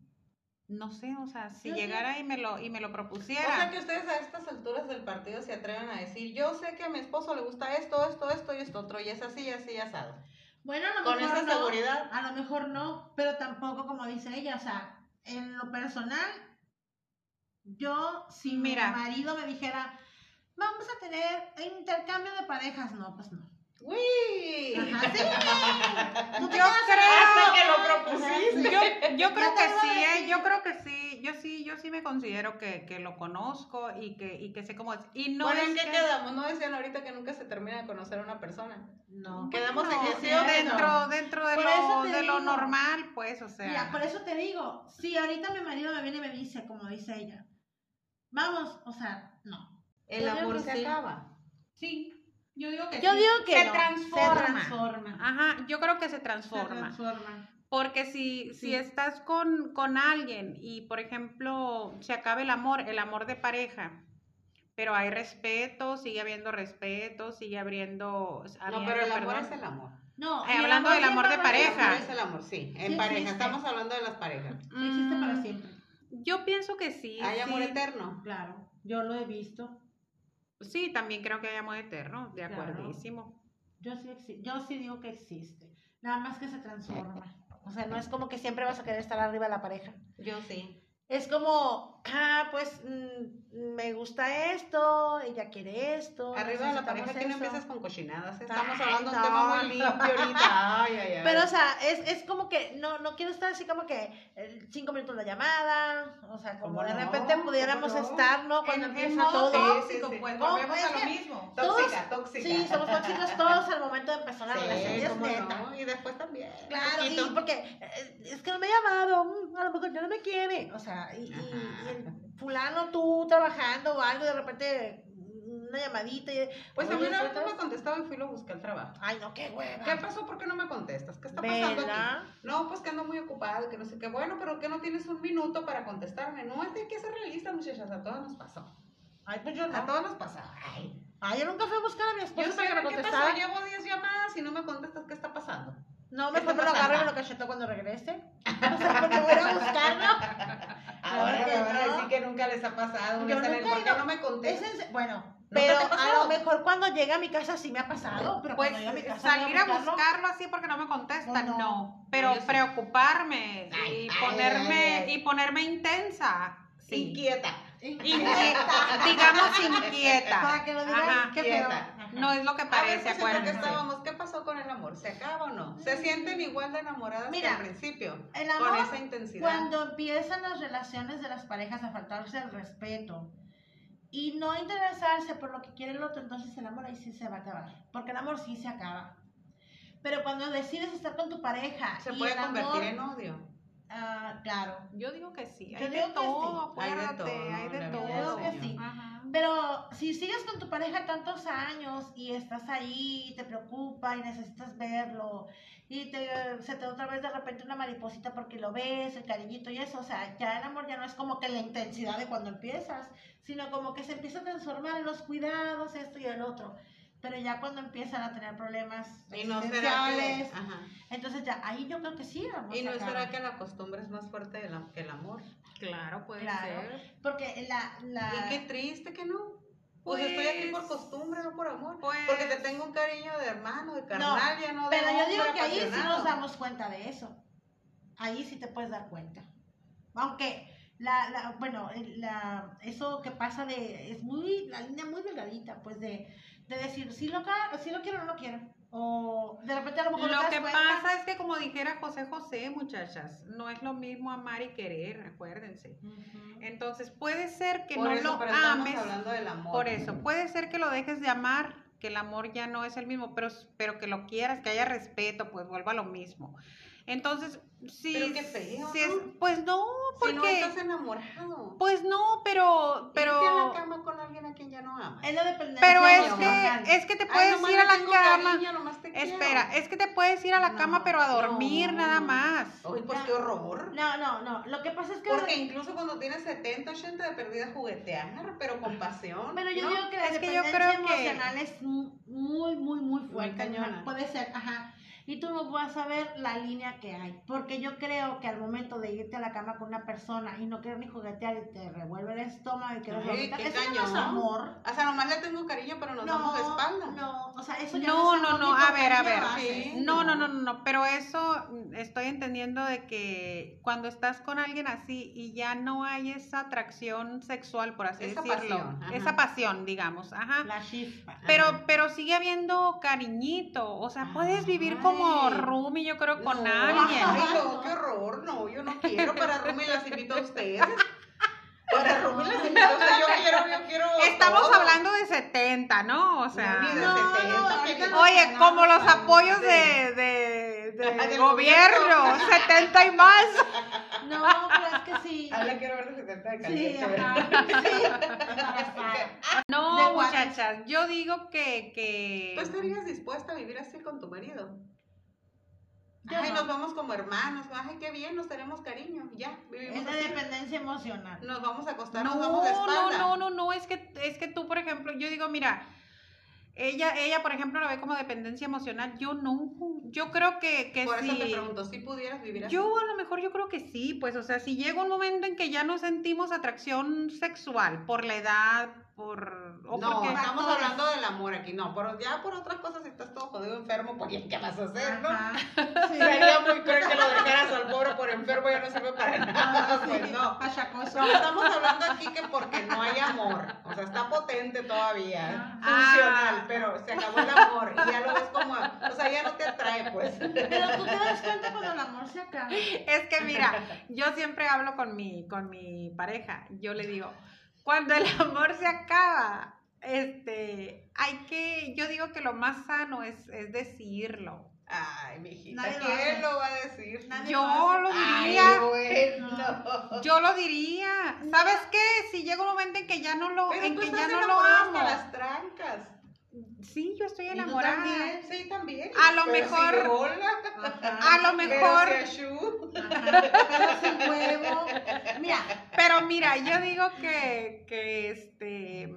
S3: no sé, o sea, si
S4: Yo sí.
S3: llegara y me lo y me lo propusiera.
S1: O sea que ustedes a estas alturas del partido se atreven a decir, yo sé que a mi esposo le gusta esto, esto, esto y esto otro, y es así, y así, y asado.
S4: Bueno, a lo
S1: Con
S4: mejor
S1: esa
S4: no,
S1: seguridad.
S4: A lo mejor no, pero tampoco como dice ella, o sea, en lo personal, yo si
S3: Mira.
S4: mi marido me dijera, vamos a tener intercambio de parejas, no, pues no.
S1: ¡Uy!
S4: Ajá,
S1: [LAUGHS]
S4: sí. Tú te
S3: Yo
S4: quedas embarazada.
S3: creo-
S1: que lo propusiste.
S3: yo, yo creo
S4: te
S3: que
S4: lo iba a
S3: sí, ¿eh?
S4: decir.
S3: yo creo que sí, yo sí, yo sí me considero que, que lo conozco y que, y que sé cómo es. Y no
S1: bueno,
S3: es
S1: ¿en qué
S3: que-
S1: quedamos? No decían ahorita que nunca se termina de conocer a una persona.
S4: No.
S1: Quedamos en que sí o
S3: Bueno,
S1: que no.
S3: dentro, dentro de,
S4: Por eso
S3: lo,
S4: te
S3: de
S4: digo.
S3: lo normal, pues, o sea.
S4: Mira, por eso te digo, si ahorita mi marido me viene y me dice, como dice ella, vamos, o sea, no.
S1: El
S7: Yo digo
S1: amor
S7: que
S1: pues, se
S7: sí.
S1: acaba.
S4: Sí, yo digo que
S7: Yo
S4: sí.
S7: digo que
S3: se
S7: no.
S3: transforma.
S4: Se transforma.
S3: Ajá, yo creo que se
S4: Se
S3: transforma.
S4: transforma.
S3: Porque si,
S4: Sí.
S3: si estás con, con alguien y, por ejemplo, se acaba el amor, el amor de pareja, pero hay respeto, sigue habiendo respeto, sigue habiendo...
S1: No,
S3: habiendo,
S1: pero el amor es
S3: perdón.
S1: el amor.
S4: No,
S3: Eh,
S4: y el
S3: hablando del amor
S4: siempre
S3: de
S4: va a ser-
S1: El amor
S3: pareja.
S1: es el amor, sí. En
S4: Sí
S1: pareja.
S4: existe.
S1: Estamos hablando de las parejas.
S4: Sí existe para
S3: Mm,
S4: siempre.
S3: Yo pienso que sí.
S1: Hay
S3: sí.
S1: amor eterno.
S4: Claro, yo lo he visto.
S3: Sí, también creo que hay amor eterno, de
S4: Claro.
S3: acuerdísimo.
S4: Yo sí, exi- yo sí digo que existe. Nada más que se transforma.
S7: O sea, no es como que siempre vas a querer estar arriba de la pareja.
S1: Yo sí.
S7: Es como, ah, pues mm, me gusta esto, ella quiere esto.
S1: Arriba de la
S7: necesitamos
S1: pareja que no
S7: eso.
S1: empiezas con cochinadas. Estamos
S7: Ay,
S1: hablando de un
S7: no.
S1: tema muy limpio ahorita. Ay, ay, ay.
S7: Pero, o sea, es, es como que no, no quiero estar así como que eh, cinco minutos la llamada, o sea, como
S1: ¿Cómo
S7: de
S1: no?
S7: repente pudiéramos
S1: ¿Cómo no?
S7: estar, ¿no? Cuando
S3: En- en
S7: empieza todo.
S3: modo tóxico,
S1: sí, sí.
S3: pues,
S7: No,
S3: volvemos
S7: pues,
S3: a lo
S7: es que-
S3: mismo.
S1: Tóxica, tóxica.
S7: Sí, somos
S1: [LAUGHS]
S7: tóxicos todos al momento de empezar la relación, y
S1: Sí,
S7: es
S1: cómo
S7: neta.
S1: no, y después también.
S7: Claro, sí,
S1: Poquito.
S7: porque eh, es que no me ha llamado, mm, a lo mejor ya no me quiere, o sea, y, y-
S1: Ajá.
S7: y el fulano tú trabajando o algo, de repente una llamadita y...
S1: Pues a mí
S7: Oye,
S1: una vez
S7: ¿estás?
S1: no me contestaba y fui y lo busqué al trabajo.
S7: Ay, no, qué hueva.
S1: ¿Qué pasó? ¿Por qué no me contestas? ¿Qué está pasando aquí?
S7: ¿Verdad?
S1: No, pues que ando muy ocupado, que no sé qué. Bueno, pero que no tienes un minuto para contestarme. No, es que hay que ser realistas, muchachas. A todas nos pasó.
S7: Ay, pues yo
S1: A
S7: no.
S1: todas nos pasa. Ay.
S4: Ay, yo nunca fui a buscar a mi esposo
S1: Yo
S4: para que me
S1: sé, Pues, ¿qué
S4: contestara.
S1: pasó? Llevo 10 llamadas y no me contestas. ¿Qué está pasando?
S4: No,
S1: ¿Qué
S4: mejor
S1: está
S4: me lo agarro y me
S1: pasando?
S4: lo cacheto cuando regrese.
S1: [LAUGHS]
S4: O sea, porque voy a ir a buscarlo.
S1: Ah, Ahora me
S4: que
S1: van a
S4: no.
S1: decir que nunca les ha pasado. me
S4: Yo
S1: salen,
S4: nunca he
S1: ¿Por qué
S4: ido.
S1: no me
S4: Es
S1: contestas?
S4: en se- bueno,
S1: ¿Nunca te
S4: pero
S1: ha
S4: a
S1: pasado?
S4: lo mejor cuando llega a mi casa sí me ha pasado. Pero
S3: Pues
S4: cuando llega a mi casa
S3: salir a
S4: buscarlo,
S3: buscarlo así porque no me contestan,
S4: No, no.
S3: no. Pero
S1: yo sí.
S3: preocuparme
S1: Ay, ay,
S3: y ponerme
S1: ay, ay.
S3: y ponerme intensa. Sí.
S1: Inquieta.
S3: Inquieta. [LAUGHS] Digamos inquieta.
S4: Para que lo digan,
S3: Ajá.
S4: qué feo.
S1: Inquieta.
S4: Ajá.
S3: No es lo que
S1: A ver, Mm. pues, en
S3: parece,
S1: lo que
S3: acuérdense.
S1: estábamos, ¿qué pasó con el amor? ¿Se acaba o no? ¿Se sienten igual de enamoradas
S4: Mira,
S1: que al principio?
S4: El
S1: Con
S4: amor
S1: esa intensidad.
S4: Cuando empiezan las relaciones de las parejas a faltarse el respeto y no interesarse por lo que quiere el otro, entonces el amor ahí sí se va a acabar. Porque el amor sí se acaba. Pero cuando decides estar con tu pareja,
S1: Se
S4: y
S1: puede
S4: el amor-
S1: convertir en odio.
S4: ah, claro.
S3: Yo digo que sí.
S4: Yo
S3: Hay de,
S4: digo que
S3: todo,
S1: sí. Hay de
S3: acuérdate,
S1: todo,
S3: hay de
S1: la
S3: todo.
S1: verdad,
S4: Yo digo que sí.
S3: Ajá.
S4: Pero si sigues con tu pareja tantos años y estás ahí y te preocupa y necesitas verlo y te, se te da otra vez de repente una mariposita porque lo ves, el cariñito y eso, o sea, ya el amor ya no es como que la intensidad de cuando empiezas, sino como que se empieza a transformar en los cuidados, esto y el otro. Pero ya cuando empiezan a tener problemas
S1: Y no será que,
S4: existenciales,
S1: ajá.
S4: entonces ya ahí yo creo que sí. vamos
S1: y no
S4: a
S1: será
S4: acabar.
S1: que la costumbre es más fuerte de la- que el amor.
S3: Claro, puede
S4: Claro.
S3: ser.
S4: Porque la... la
S1: Y qué triste que no. Ah. Pues,
S3: Pues-
S1: estoy aquí por costumbre, no por amor.
S3: Pues,
S1: Porque te tengo un cariño de hermano, de carnal, ya no de
S4: Pero yo
S1: hombre
S4: digo que ahí sí
S1: apasionado.
S4: nos damos cuenta de eso. Ahí sí te puedes dar cuenta. Aunque, la, la, bueno, el- la, eso que pasa de, es muy, la línea muy delgadita, pues de, de decir, si lo, ca- sí lo quiero o no lo quiero. O de repente a lo mejor no te
S3: Lo
S4: das
S3: que
S4: cuenta.
S3: pasa es que como dijera José José, muchachas, no es lo mismo amar y querer, acuérdense. Entonces puede ser que
S1: Por
S3: no
S1: eso,
S3: lo
S1: pero estamos
S3: ames.
S1: hablando del amor.
S3: Por eso, puede ser que lo dejes de amar, que el amor ya no es el mismo, pero, pero que lo quieras, que haya respeto, pues vuelva a lo mismo. Entonces, sí,
S1: Pero qué feo,
S3: sí es-
S1: ¿no?
S3: pues no,
S1: Porque
S3: porque
S1: no estás enamorado.
S3: pues no, pero
S1: Irte a la
S3: pero
S1: cama con alguien a quien ya no amas.
S4: Es la dependencia
S3: pero
S4: de
S3: es
S1: Ay,
S4: hormonal.
S3: que es que te
S1: Ay,
S3: puedes
S1: nomás
S3: ir a
S1: le
S3: la
S1: tengo
S3: cama.
S1: cariño, nomás te quiero.
S3: Espera, es que te puedes ir a la cama,
S1: No,
S3: pero a dormir
S1: no,
S3: nada
S1: no.
S3: más.
S1: Uy, pues qué horror.
S4: No, no, no. Lo que pasa es que...
S1: Porque incluso cuando tienes 70, 80 de perdida juguetear, pero con pasión.
S4: Bueno, yo
S1: ¿no?
S4: digo que la
S3: es que yo
S4: dependencia
S3: creo que-
S4: emocional es mu- muy, muy, muy fuerte.
S1: cañona.
S4: ¿no? Puede ser, ajá. Y tú no vas a ver la línea que hay. Porque yo creo que al momento de irte a la cama con una persona y no quieres ni juguetear y te revuelve el estómago y quieres
S1: Ay,
S4: vomitar,
S1: qué
S4: eso ya no es
S1: cañón.
S4: amor.
S1: O sea, nomás le tengo cariño, pero nos damos de espalda.
S4: no, o sea, eso ya
S3: No,
S4: es
S3: no,
S4: amor,
S3: no,
S4: ni ¿eh?
S3: a
S4: por
S3: ver, a
S4: cariño
S3: ver.
S4: lo haces.
S1: Sí.
S3: No, no, no, no, no, pero eso mm, estoy entendiendo de que cuando estás con alguien así y ya no hay esa atracción sexual, por así
S1: Esa
S3: decirlo,
S1: pasión, ajá.
S3: esa pasión, digamos, ajá.
S4: La chispa.
S3: pero,
S1: Ajá.
S3: pero sigue habiendo cariñito, o sea, puedes vivir como
S1: Ay.
S3: Rumi, yo creo, con
S1: No, [LAUGHS]
S3: alguien.
S1: Ay, no, qué horror. No, yo no quiero. Para Rumi las invito a ustedes. Para Rumi las invito a ustedes. Yo quiero, yo quiero.
S3: [LAUGHS] Estamos
S1: todo.
S3: hablando de 70, ¿no? O sea,
S1: Ni de
S4: No, no,
S1: 70,
S4: ahorita
S1: que-
S4: no.
S3: Oye,
S4: no,
S3: como
S4: no,
S3: los
S1: no,
S3: apoyos
S1: sí.
S3: de, de,
S1: [LAUGHS] Del
S3: del
S1: gobierno.
S3: gobierno, [LAUGHS] 70 y más.
S4: No, pero es que
S3: [LAUGHS]
S4: sí.
S1: Ahora Ah, quiero ver los 70 de
S4: Sí,
S1: caliente, ¿verdad?
S4: ajá. Sí, embarazada.
S3: No,
S4: De Guadalajara.
S3: muchachas, yo digo que, que...
S1: ¿Tú estarías dispuesta a vivir así con tu marido?
S4: Yo
S1: Ay,
S4: no.
S1: nos vamos como hermanos. Ay, qué bien, nos tenemos cariño. Ya,
S4: Es
S1: vivimos
S4: la
S3: pues,
S1: así.
S4: dependencia emocional.
S1: Nos vamos a acostar,
S3: No,
S1: nos vamos de
S3: no,
S1: espalda.
S3: no, no, no, es que, es que tú, por ejemplo, yo digo, mira, ella, ella, por ejemplo, lo ve como dependencia emocional, yo no, yo creo que, que
S1: Por
S3: sí.
S1: eso te pregunto, si pudieras vivir así.
S3: Yo a lo mejor yo creo que sí, pues, o sea, si llega un momento en que ya no sentimos atracción sexual por la edad, por... o
S1: no,
S3: porque-
S1: estamos
S4: Factores.
S1: hablando del amor aquí, no, pero ya por otras cosas, si estás todo jodido enfermo, pues ¿qué vas a hacer, no?
S4: Ajá. Sí.
S1: Sería muy cruel que lo dejaras al pobre por enfermo, ya no sirve para
S3: Ah,
S1: nada, pues no.
S4: pachacoso.
S1: No, estamos hablando aquí que porque no hay amor, o sea, está potente todavía,
S3: Ah.
S1: funcional, pero se acabó el amor y ya lo ves como, o sea, ya no te atrae, pues.
S4: Pero tú te das cuenta cuando el amor se acaba.
S3: Es que
S1: [LAUGHS]
S3: mira, yo siempre hablo con mi, con mi pareja, yo le digo, cuando el amor se acaba, este, hay que, yo digo que lo más sano es, es decirlo.
S1: Ay, mijita,
S4: Nadie lo hace.
S1: ¿quién lo va a decir?
S4: Nadie
S3: Yo lo
S1: Ay,
S3: diría,
S1: bueno.
S3: yo lo diría. ¿Sabes qué? Si llega un momento en que ya no lo,
S1: Pero
S3: en
S1: tú
S3: que ya
S1: estás
S3: no lo
S1: enamorada hasta
S3: amo.
S1: las trancas.
S3: Sí, yo estoy
S1: Y tú
S3: enamorada.
S1: también, Sí, también.
S3: A lo
S1: Pero
S3: mejor-
S1: sin rola,
S3: A lo
S1: pero
S3: mejor,
S1: sin shoe.
S4: Ajá. Pero sin huevo. Mira,
S3: pero mira, yo digo que, que este,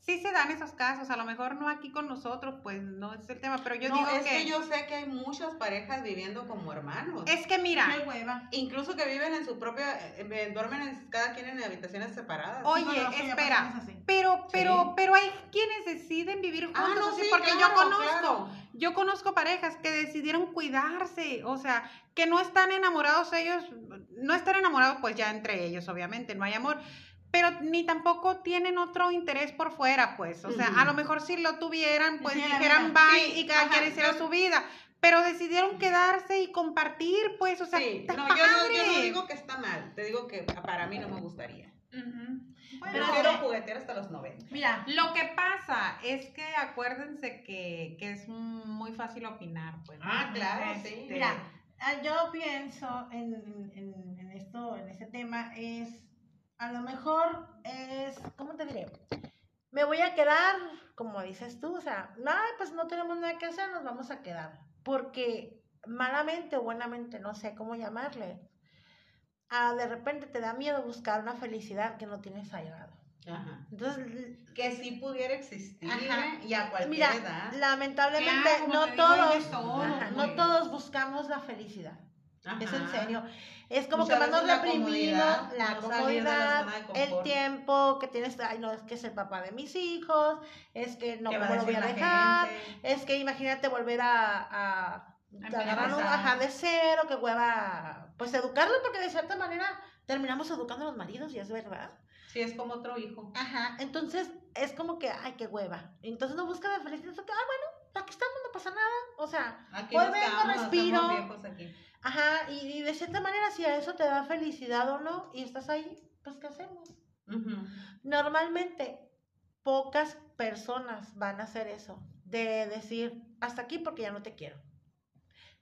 S3: sí se dan esos casos, a lo mejor no aquí con nosotros, pues no es el tema, pero yo
S1: no,
S3: digo
S1: es que...
S3: que
S1: yo sé que hay muchas parejas viviendo como hermanos.
S3: es que mira,
S4: Qué hueva.
S1: Incluso que viven en su propia, eh, eh, duermen en- cada quien en habitaciones separadas.
S3: Oye,
S4: Conozco ya
S3: espera.
S4: personas así.
S3: pero pero
S1: Sí.
S3: pero hay quienes deciden vivir juntos,
S1: Ah, no,
S3: así,
S1: sí,
S3: porque
S1: claro,
S3: yo conozco
S1: claro.
S3: Yo conozco parejas que decidieron cuidarse, o sea, que no están enamorados ellos, no están enamorados pues ya entre ellos, obviamente, no hay amor, pero ni tampoco tienen otro interés por fuera, pues, o sea, a lo
S1: Ujú.
S3: mejor si lo tuvieran, pues
S4: Sí, la
S3: dijeran
S4: verdad.
S3: bye
S1: Sí,
S3: y cada
S1: ajá,
S3: quien hiciera
S1: yo-
S3: su vida, pero decidieron quedarse y compartir, pues, o sea,
S1: Sí,
S3: está
S1: no, yo no, yo no
S3: padre.
S1: digo que está mal, te digo que para mí no me gustaría.
S3: Ujú.
S4: Pero
S1: Pero
S3: Bueno,
S1: quiero juguetear hasta los 90.
S4: Mira,
S3: Lo que pasa es que acuérdense que, que es muy fácil opinar, pues. este,
S1: Ah, claro, sí.
S4: Mira, ah, yo pienso en, en- en esto, en este tema, es, a lo mejor es, ¿cómo te diré?
S7: Me voy a quedar, como dices tú, o sea, ay, pues no tenemos nada que hacer, nos vamos a quedar. Porque malamente o buenamente, no sé cómo llamarle, ah, de repente te da miedo buscar una felicidad que no tienes ahí al lado.
S1: Ajá.
S7: Entonces,
S1: Que sí pudiera existir
S4: Ajá.
S1: y a cualquier
S7: Mira,
S1: edad.
S7: lamentablemente
S3: Ah, Claro, como
S7: no
S3: te digo, hay de
S7: todos,
S3: todo,
S7: ajá,
S3: pues.
S7: no todos buscamos la felicidad. Es en
S1: Ajá.
S7: serio. Es como
S1: Muchas
S7: que más nos
S1: veces la
S7: reprimimos
S1: comodidad,
S7: la
S1: no salir de la
S7: comodidad,
S1: zona de
S7: el
S1: confort.
S7: tiempo que tienes, ay no, es que es el papá de mis hijos, es que no
S1: ¿Qué va
S7: ¿cómo lo
S1: decir
S7: voy a
S1: la
S7: dejar,
S1: gente?
S7: es que imagínate volver a, a,
S3: empezar.
S7: agarrar un ajá de cero, que hueva, pues educarlo porque de cierta manera terminamos educando a los maridos y es verdad.
S1: Sí, es como otro hijo.
S7: Ajá, entonces es como que, ay, qué hueva. Entonces no busca la felicidad, es que, ah, bueno, aquí estamos, no pasa nada. O sea,
S1: Aquí
S7: Hoy
S1: no
S7: vengo,
S1: estamos, estamos
S7: respiro.
S1: viejos aquí.
S7: ajá, y, y de cierta manera si a eso te da felicidad o no, y estás ahí, pues ¿qué hacemos?
S1: Ujú.
S7: Normalmente pocas personas van a hacer eso, de decir, hasta aquí porque ya no te quiero.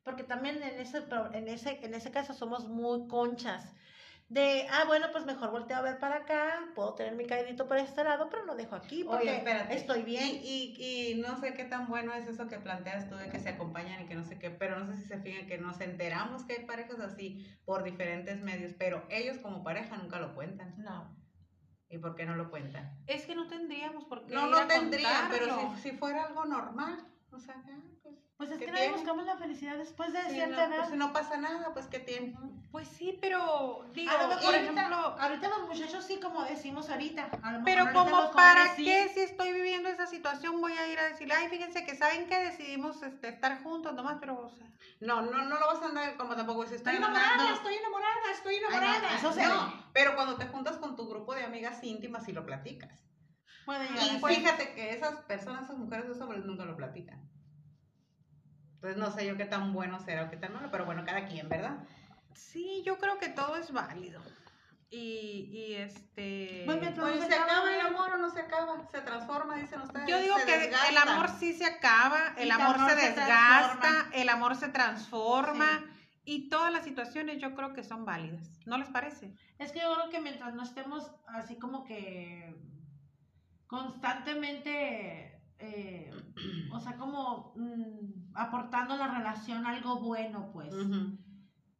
S7: Porque también en ese, pro- en ese, en ese caso somos muy conchas. De, ah, bueno, pues mejor volteo a ver para acá, puedo tener mi caidito por este lado, pero lo dejo aquí porque
S1: Oye, espérate.
S7: estoy bien.
S1: Y, y, y no sé qué tan bueno es eso que planteas tú de que se acompañan y que no sé qué, pero no sé si se fijan que nos enteramos que hay parejas así por diferentes medios, pero ellos como pareja nunca lo cuentan.
S7: No.
S1: ¿Y por qué no lo cuentan?
S3: Es que no tendríamos por qué.
S1: No
S3: ir
S1: lo
S3: a
S1: tendría,
S3: contarlo.
S1: pero si, si fuera algo normal, o sea, ah, pues,
S7: Pues es
S1: ¿Qué
S7: que nadie
S1: tiene?
S7: buscamos la felicidad después de
S1: si
S7: cierta
S1: no,
S7: edad.
S1: pues, si no pasa nada, pues ¿qué tiene?
S3: Pues sí, pero digo,
S4: A lo mejor
S3: por
S4: ahorita-
S3: ejemplo,
S4: Ahorita los muchachos sí, como decimos ahorita. a lo mejor
S3: pero
S4: ahorita los
S3: como
S4: jóvenes
S3: para
S4: sí.
S3: qué si estoy viviendo esa situación voy a ir a decir, ay, fíjense que saben que decidimos este, estar juntos nomás, pero o sea,
S1: No, no, no lo vas a andar como tampoco si estoy
S4: Estoy enamorada,
S1: enamorada,
S4: estoy enamorada,
S1: estoy
S4: estoy
S1: enamorada.
S4: enamorada.
S1: no,
S4: eso se ve.
S1: pero cuando te juntas con tu grupo de amigas íntimas y lo platicas.
S4: Puede llegar a
S1: Y
S4: ser.
S1: fíjate que esas personas, esas mujeres, esos hombres nunca lo platican. Entonces no sé yo qué tan bueno será o qué tan malo, pero bueno, cada quien, ¿verdad?
S3: sí, yo creo que todo es válido. Y, y este
S7: Bueno, me-
S1: Oye, ¿se acaba el amor o no se acaba? ¿Se transforma, dicen ustedes?
S3: yo digo
S1: pues, ¿Se
S3: que
S1: desgasta?
S3: el amor sí se acaba,
S4: Y
S3: el
S4: que
S3: amor
S4: amor
S3: se
S4: se
S3: desgasta,
S4: transforma.
S3: el amor se transforma y todas las situaciones yo creo que son válidas. ¿No les parece?
S4: Es que yo creo que mientras no estemos así como que constantemente, eh, o sea, como mm, aportando a la relación algo bueno, pues,
S1: Ujú.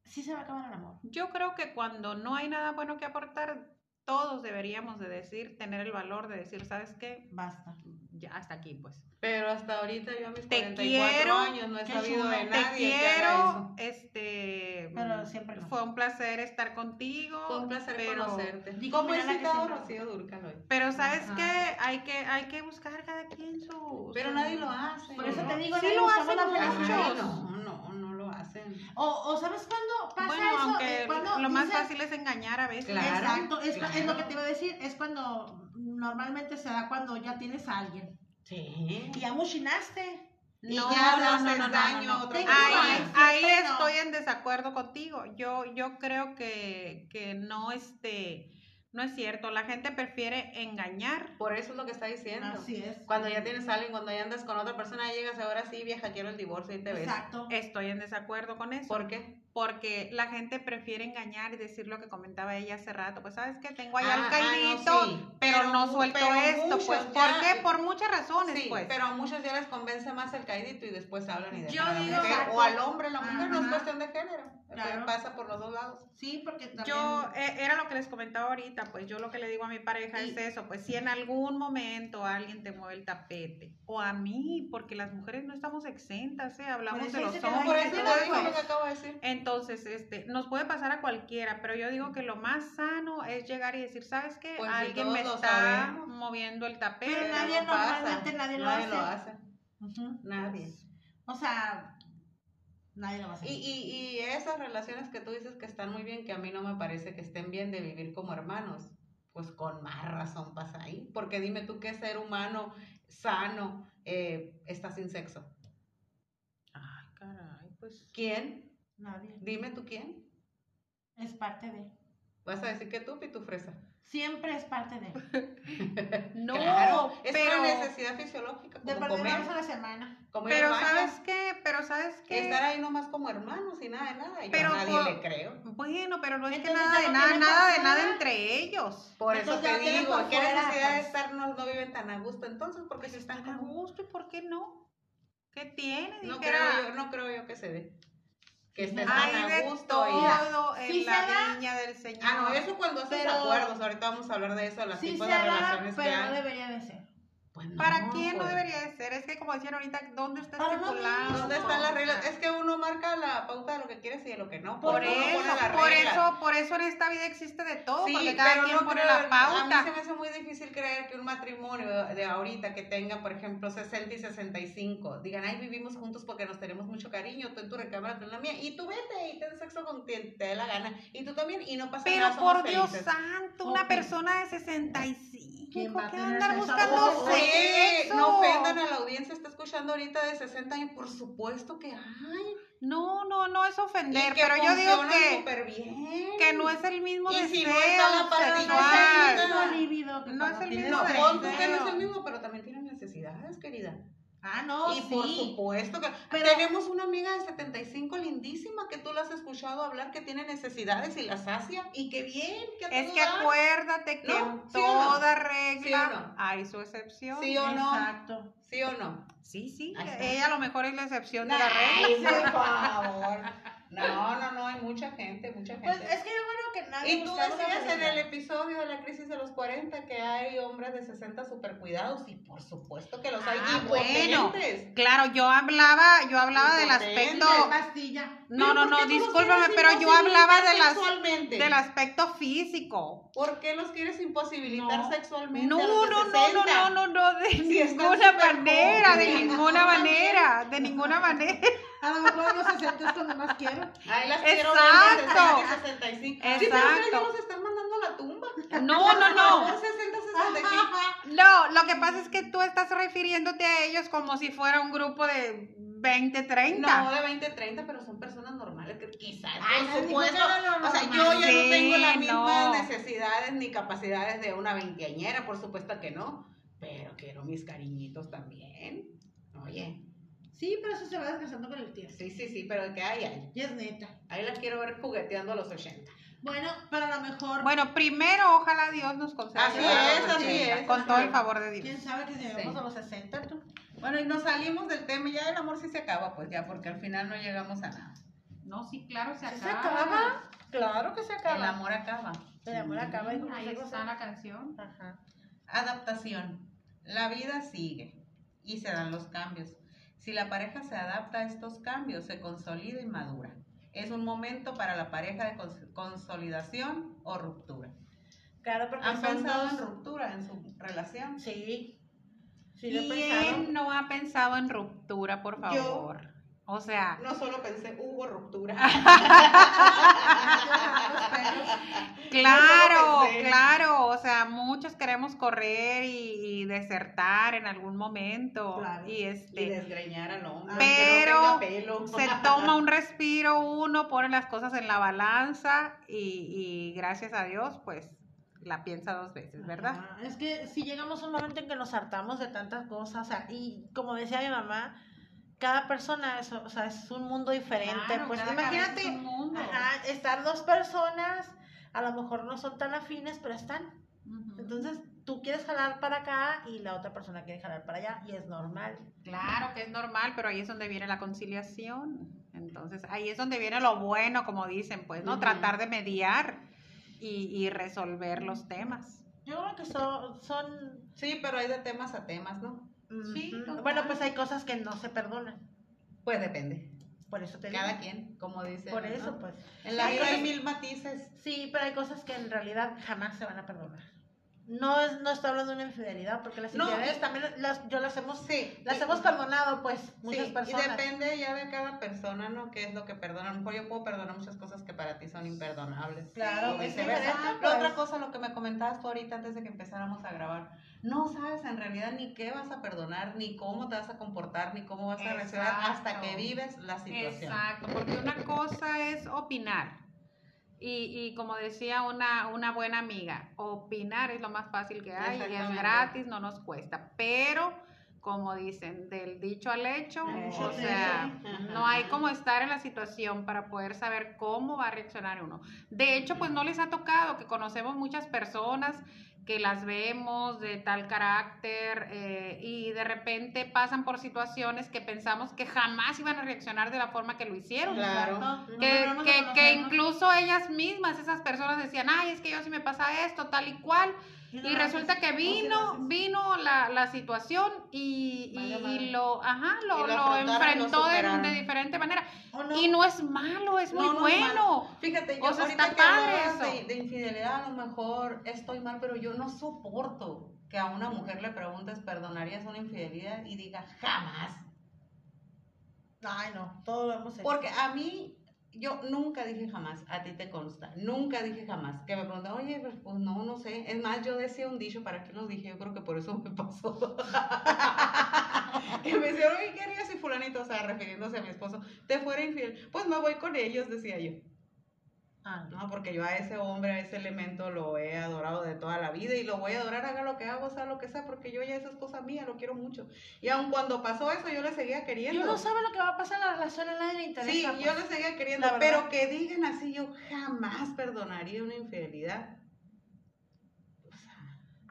S4: sí se va a acabar el amor.
S3: Yo creo que cuando no hay nada bueno que aportar, todos deberíamos de decir, tener el valor de decir, ¿sabes qué?
S4: Basta.
S3: Ya hasta aquí, pues.
S1: Pero hasta ahorita yo a mis
S3: Te
S1: 44
S3: quiero,
S1: años no he
S4: que
S1: sabido
S4: sube,
S1: de
S4: te
S1: nadie
S3: Te
S1: que haga eso.
S3: quiero, este...
S4: Pero
S3: mm,
S4: siempre no.
S3: Fue un placer estar contigo.
S1: Fue un placer
S3: pero,
S1: conocerte.
S4: Dijo
S1: ¿Cómo he
S4: Miranda que
S1: citado a
S4: siempre-
S1: Rocío Durcal hoy?
S3: Pero ¿sabes
S4: Ajá.
S3: qué? Hay que, hay que buscar cada quien su...
S1: Pero
S3: su-
S1: nadie lo hace.
S4: Por eso
S1: ¿no?
S4: te digo,
S3: Sí
S4: no
S3: lo
S4: buscamos
S3: hacen
S4: la
S1: Ajá,
S4: felicidad.
S3: muchos.
S1: No, no, no lo hacen.
S4: O, o ¿sabes cuándo pasa
S3: Bueno,
S4: eso?
S3: aunque
S4: Eh, cuando
S3: lo más
S4: dices-
S3: fácil es engañar a veces.
S1: Claro.
S4: Exacto, es,
S1: claro.
S4: es lo que te iba a decir, es cuando normalmente se da cuando ya tienes a alguien.
S1: Sí.
S4: Y ya muchinaste.
S1: Y
S3: No,
S1: ya
S3: no,
S1: le
S3: no,
S1: haces
S3: no, no,
S1: daño
S4: no,
S1: a
S4: no.
S1: otra
S4: Ahí-
S1: persona.
S3: Ahí,
S4: Ay,
S3: ahí
S4: siempre no.
S3: estoy en desacuerdo contigo. Yo, yo creo que, que no, este, no es cierto. La gente prefiere engañar.
S1: Por eso es lo que está diciendo.
S4: Así es.
S1: Cuando ya tienes a alguien, cuando ya andas con otra persona, llegas ahora sí, vieja, quiero el divorcio y te ves. Eh,
S4: Exacto.
S3: Estoy en desacuerdo con eso.
S1: ¿Por qué?
S3: porque la gente prefiere engañar y decir lo que comentaba ella hace rato, pues sabes que tengo ahí
S1: Ah,
S3: al
S1: ah, no,
S3: caidito,
S1: sí.
S3: pero,
S1: Pero
S3: no
S1: mu-
S3: suelto
S1: pero
S3: esto,
S1: muchos
S3: pues
S1: ya.
S3: ¿por qué? Por muchas razones,
S1: Sí,
S3: pues.
S1: pero a muchos ya les convence más el caidito y después hablan y dejan
S4: Yo
S1: a la
S4: digo,
S1: mujer,
S4: exacto.
S1: o al hombre, la mujer no es
S4: Ajá.
S1: cuestión de género, eh,
S4: Claro.
S1: pasa por los dos lados.
S4: Sí, porque también.
S3: Yo eh, era lo que les comentaba ahorita, pues yo lo que le digo a mi pareja
S4: Y-
S3: es eso, pues si en algún momento alguien te mueve el tapete o a mí, porque las mujeres no estamos exentas, ¿eh? hablamos
S4: eso
S3: de los
S4: dice que no
S1: No,
S4: hay
S1: por
S3: hombres.
S1: eso
S4: que
S3: y
S1: te
S4: ser
S1: digo
S4: algo.
S3: todo eso.
S1: lo que acabo de decir.
S3: Entonces, este, nos puede pasar a cualquiera, pero yo digo que lo más sano es llegar y decir, ¿sabes qué?
S1: Pues sí,
S3: alguien
S1: todos
S3: me
S1: lo
S3: está
S1: sabemos.
S3: moviendo el tapete.
S4: Pero nadie
S1: no pasa,
S4: normalmente nadie lo
S1: Nadie lo
S4: hace.
S1: hace.
S4: Ujú.
S1: Nadie.
S4: O sea, nadie lo va a hacer.
S1: Y, y, y esas relaciones que tú dices que están muy bien, que a mí no me parece que estén bien de vivir como hermanos, pues con más razón pasa ahí. Porque dime tú qué ser humano sano eh, está sin sexo.
S3: Ay, caray, pues.
S1: ¿Quién?
S4: Nadie.
S1: Dime tú quién.
S4: Es parte de.
S1: Vas a decir que tú, y tu fresa.
S4: Siempre es
S1: [LAUGHS]
S4: parte de.
S3: No,
S1: claro, es
S3: pero,
S1: una necesidad fisiológica.
S4: De
S1: Como comer,
S4: perdernos a la semana.
S1: como ir al
S3: pero
S1: baño,
S3: ¿sabes qué? Pero ¿sabes qué?
S1: Estar ahí nomás como hermanos y nada de nada. Yo
S3: Pero
S1: a nadie
S3: por-
S1: le creo.
S3: Bueno, pero no es que
S4: Entonces,
S3: nada de
S4: ya no
S3: nada,
S4: tiene
S3: nada de
S4: persona.
S3: nada entre ellos.
S1: Por
S4: Entonces,
S1: eso
S4: ya
S1: te
S4: tienen
S1: digo,
S4: por
S1: ¿qué
S4: fuera,
S1: necesidad de
S4: pues.
S1: estar? No, no viven tan a gusto entonces, porque si están
S3: A
S1: con
S3: gusto, ¿y por qué no? ¿Qué tiene?
S1: No
S3: Dijera,
S1: creo, yo, no creo yo que se dé. Que estés
S3: hay
S1: tan
S3: de
S1: a gusto y...
S3: todo en
S4: sí se
S3: la
S4: da,
S3: viña del Señor.
S1: Ah, no, eso cuando haces
S4: Pero-
S1: acuerdos. Ahorita vamos a hablar de eso, los
S4: Sí se
S1: tipos de
S4: da,
S1: relaciones que
S4: pero no
S1: hay.
S4: debería de ser.
S1: Pues no,
S3: ¿Para quién no
S1: pues. Ah,
S3: debería de ser? Es que como decían ahorita, ¿dónde está
S4: Para uno
S3: estipulado?
S4: mismo.
S1: ¿Dónde están las
S3: O
S1: reglas?
S3: sea,
S1: Es que uno marca la pauta de lo que quieres y de lo que no.
S3: por
S1: pues uno pone la
S3: eso, por
S1: regla.
S3: eso, por eso en esta vida existe de todo,
S1: Sí,
S3: porque cada
S1: pero
S3: quien
S1: no
S3: pone
S1: creo-
S3: la
S1: A mí se
S3: pauta.
S1: me hace muy difícil creer que un matrimonio de ahorita que tenga, por ejemplo, 60 y 65, digan, ay, vivimos juntos porque nos tenemos mucho cariño, tú en tu recámara, tú en la mía, y tú vete y ten sexo con quien te dé la gana, y tú también, y no pasa
S3: Pero
S1: nada. somos
S3: por Dios
S1: felices.
S3: santo, una
S4: Ok.
S3: persona de
S4: ¿Quién
S3: 65,
S4: va a
S3: ¿qué va a
S4: tener
S3: andar
S4: sexo?
S3: buscando
S1: Oye,
S3: sexo?
S1: Oh, no ofendan a la audiencia, está escuchando ahorita de 60 años, por supuesto que hay.
S3: No, no, no es
S1: y
S3: ofender,
S1: que
S3: pero yo digo
S1: funcionan
S3: que,
S1: súper bien.
S3: que no es el mismo
S1: Y
S3: deseo
S1: si no está la parte
S4: Pero no
S1: igual.
S4: es el
S3: sexual.
S4: mismo líbido que
S3: No
S4: cuando
S3: es el
S4: tienes
S3: mismo
S1: No,
S4: sexo.
S1: pon tú que no es
S3: deseo.
S1: el mismo, pero también tienen necesidades, querida.
S4: Ah, no,
S1: y
S4: sí.
S1: por supuesto que
S4: Pero-
S1: tenemos una amiga de 75 lindísima que tú la has escuchado hablar que tiene necesidades y las sacia y qué bien que a
S3: Es
S1: todo
S3: que
S1: dar.
S3: acuérdate que
S1: No,
S3: en
S1: ¿sí o no?
S3: toda regla
S1: ¿Sí o no?
S3: hay su excepción.
S1: sí o no,
S4: Exacto.
S1: sí o no.
S3: Sí, sí,
S1: Ahí está.
S3: ella a lo mejor es la excepción de la regla.
S1: Ay, por favor. No, no, no, hay mucha gente, mucha gente.
S4: Pues es que yo creo que nadie
S1: y tú
S4: buscaba una
S1: decías en
S4: pareja.
S1: el episodio de la crisis de los 40 que hay hombres de 60 super cuidados y por supuesto que los hay
S3: Ah,
S1: y
S3: bueno.
S1: potentes.
S3: Claro, yo hablaba, yo hablaba del
S1: Impotente.
S3: aspecto,
S4: De pastilla.
S1: ¿Pero por
S3: no, no, no,
S1: qué tú los
S3: discúlpame,
S1: quieres
S3: pero yo hablaba de
S1: imposibilitar
S3: las,
S1: sexualmente?
S3: del aspecto físico.
S1: ¿Por qué los quieres imposibilitar
S4: No.
S1: sexualmente?
S3: No,
S1: a
S3: no,
S1: los de
S3: no, no,
S1: 60?
S3: no, no, no, de
S1: Sí, están
S3: ninguna
S1: súper
S3: manera, de
S1: jóvenes.
S3: ninguna
S1: Ajá,
S3: manera, de ninguna manera.
S4: A lo mejor en los 60 es cuando más quiero.
S1: Ahí las
S3: Exacto.
S1: quiero ver de 60 y 65. Sí, pero ustedes ya
S3: Exacto.
S1: los están mandando a la tumba.
S3: No, no, no.
S1: 60, 65.
S3: No, lo que pasa es que tú estás refiriéndote a ellos como si fuera un grupo de 20, 30.
S1: No, de 20, 30, pero son personas normales que quizás,
S4: Ay,
S1: por
S4: no, dijo
S1: supuesto.
S4: que era lo
S1: O sea, yo
S4: normal.
S1: ya no
S3: Sí,
S1: tengo las mismas
S3: no.
S1: necesidades ni capacidades de una veinteañera, por supuesto que no. Pero quiero mis cariñitos también. Oye,
S4: Sí, pero eso se va descansando con el tiempo.
S1: sí, sí, sí, pero que hay ahí.
S4: Y es neta.
S1: Ahí las quiero ver jugueteando a los 80.
S4: Bueno, pero a lo mejor,
S3: Bueno, primero, ojalá Dios nos conceda.
S1: Así
S3: llegar a los
S4: es, así
S3: 80,
S1: es,
S3: Con
S1: así
S3: todo
S1: es.
S3: el favor de Dios.
S4: quién sabe que si llegamos
S1: Sí.
S4: a los 60 tú.
S1: Bueno, y nos salimos del tema, ya el amor sí se acaba, pues ya, porque al final no llegamos a nada.
S3: No, sí, claro, se
S4: ¿Sí se acaba? Claro que se
S1: El amor
S3: Ah,
S1: acaba.
S4: El amor acaba y
S3: Ahí está la canción.
S4: Ajá.
S1: Adaptación. La vida sigue y se dan los cambios. Si la pareja se adapta a estos cambios, se consolida y madura. Es un momento para la pareja de cons- consolidación o ruptura.
S4: Claro, porque
S1: ¿Han
S4: son
S1: pensado en
S4: dos-
S1: ruptura en su relación?
S4: Sí. Sí, lo he pensado.
S3: ¿Quién no ha pensado en ruptura, por favor? O sea,
S1: No solo pensé, hubo
S3: [LAUGHS]
S1: ruptura.
S3: claro,
S1: pensé.
S3: claro. O sea, muchos queremos correr y, y desertar en algún momento.
S4: Claro.
S3: Y
S1: y
S3: este.
S1: desgreñar al hombre.
S3: Pero-
S1: que no tenga pelo.
S3: se toma un respiro uno, pone las cosas en la balanza y, y gracias a Dios, pues la piensa dos veces, ¿verdad?
S4: Ajá, Ah, Es que si llegamos a un momento en que nos hartamos de tantas cosas, o sea, y como decía mi mamá, cada persona es, o sea, es un mundo diferente.
S3: Claro,
S4: pues
S3: cada cabeza es
S4: imagínate,
S3: un mundo.
S1: mundo.
S4: Ajá, estar dos personas, a lo mejor no son tan afines, pero están.
S3: Ujú.
S4: Entonces, tú quieres jalar para acá y la otra persona quiere jalar para allá y es normal.
S3: Claro que es normal, pero ahí es donde viene la conciliación. Entonces, ahí es donde viene lo bueno, como dicen, pues, ¿no?
S4: Ujú.
S3: Tratar de mediar y, y resolver los temas.
S4: Yo creo que son... son
S1: Sí, pero hay de temas a temas, ¿no?
S3: Sí,
S4: Ujú.
S3: total.
S4: Bueno, pues hay cosas que no se perdonan.
S1: Pues depende.
S4: Por eso te digo.
S1: Cada quien, como dice.
S4: Por eso, pues.
S1: En la
S4: Hay
S1: vida hay
S4: cosas-
S1: mil matices.
S4: Sí, pero hay cosas que en realidad jamás se van a perdonar. No es, no estoy hablando de una infidelidad, porque las
S1: No.
S4: infidelidades también las, yo las hemos,
S1: Sí.
S4: las
S1: y-
S4: hemos perdonado, pues, muchas
S1: sí,
S4: personas.
S1: Y depende ya de cada persona, ¿no? ¿Qué es lo que perdona? A lo mejor yo puedo perdonar muchas cosas que para ti son imperdonables.
S4: Claro,
S1: Y
S4: es
S1: viceversa.
S4: diferente,
S1: Ah,
S4: pues.
S1: Otra cosa, lo que me comentabas tú ahorita antes de que empezáramos a grabar. No sabes en realidad ni qué vas a perdonar, ni cómo te vas a comportar, ni cómo vas a reaccionar hasta
S3: Exacto.
S1: que vives la situación.
S3: Exacto, porque una cosa es opinar. Y, y como decía una, una buena amiga, opinar es lo más fácil que hay, y es
S1: Exactamente.
S3: gratis, no nos cuesta. Pero, como dicen, del dicho al hecho,
S1: Mucho
S3: o
S1: de
S3: sea,
S1: eso.
S3: no hay como estar en la situación para poder saber cómo va a reaccionar uno. De hecho, pues no les ha tocado, que conocemos muchas personas que las vemos de tal carácter eh, y de repente pasan por situaciones que pensamos que jamás iban a reaccionar de la forma que lo hicieron.
S1: Claro.
S4: Exacto.
S3: Que,
S4: No nos
S3: que-
S4: vamos a
S3: que
S4: conocer, ¿no?
S3: incluso ellas mismas, esas personas decían, ay, es que yo si me pasa esto, tal y cual.
S4: no
S3: Y
S4: lo
S3: resulta
S4: haces.
S3: que
S4: No, sí lo
S3: vino,
S4: haces.
S3: vino la, la situación y, y-
S1: Vale,
S3: y
S1: madre.
S3: lo, ajá,
S1: Y
S3: lo,
S1: lo
S3: lo
S1: afrontaron, lo
S3: enfrentó de,
S1: superaron.
S3: de diferente manera.
S4: O no.
S3: Y no es malo, es
S1: No,
S3: muy
S1: no es
S3: bueno.
S1: Fíjate, yo
S3: O sea,
S1: ahorita
S3: está
S1: que
S3: padre
S1: hablabas de,
S3: eso.
S1: de infidelidad, a lo mejor estoy mal, pero yo no soporto que a una mujer le preguntes, ¿perdonarías una infidelidad? Y diga, jamás.
S4: Ay, no, todo lo hemos hecho.
S1: Porque a mí, yo nunca dije jamás, a ti te consta, nunca dije jamás. Que me preguntan, oye, pues, pues no, no sé. Es más, yo decía un dicho, ¿para qué lo dije? Yo creo que por eso me pasó. [LAUGHS] que me decían, oye, ¿qué harías si fulanito, o sea, refiriéndose a mi esposo, te fuera infiel? Pues no voy con ellos, decía yo.
S4: Ah,
S1: No, porque yo a ese hombre, a ese elemento lo he adorado de toda la vida y lo voy a adorar, haga lo que haga, sea lo que sea, porque yo ya esa es cosa mía, lo quiero mucho. Y aun cuando pasó eso, yo le seguía
S4: y
S1: queriendo.
S4: uno sabe lo que va a pasar en la relación, a nadie le interesa.
S1: Sí, yo
S4: pues.
S1: le seguía queriendo,
S4: la verdad.
S1: pero que digan así, yo jamás perdonaría una infidelidad.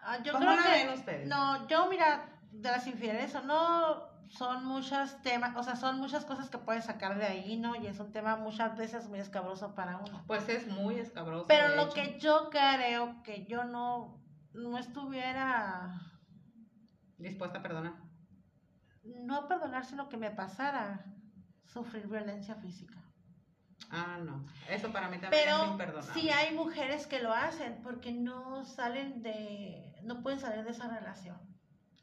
S4: Ah, yo
S1: ¿Cómo
S4: creo
S1: la
S4: que
S1: ven ustedes?
S4: No, yo mira, de las infidelidades o no, son muchas temas, o sea, son muchas cosas que puedes sacar de ahí, ¿no? Y es un tema muchas veces muy escabroso para uno.
S1: Pues es muy escabroso.
S4: Pero
S1: de
S4: lo
S1: hecho.
S4: que yo creo que yo no, no estuviera,
S1: Dispuesta a perdonar.
S4: no perdonar, sino que me pasara sufrir violencia física.
S1: Ah, no. Eso para mí también es
S4: Pero
S1: imperdonable.
S4: sí hay mujeres que lo hacen porque no salen de, no pueden salir de esa relación.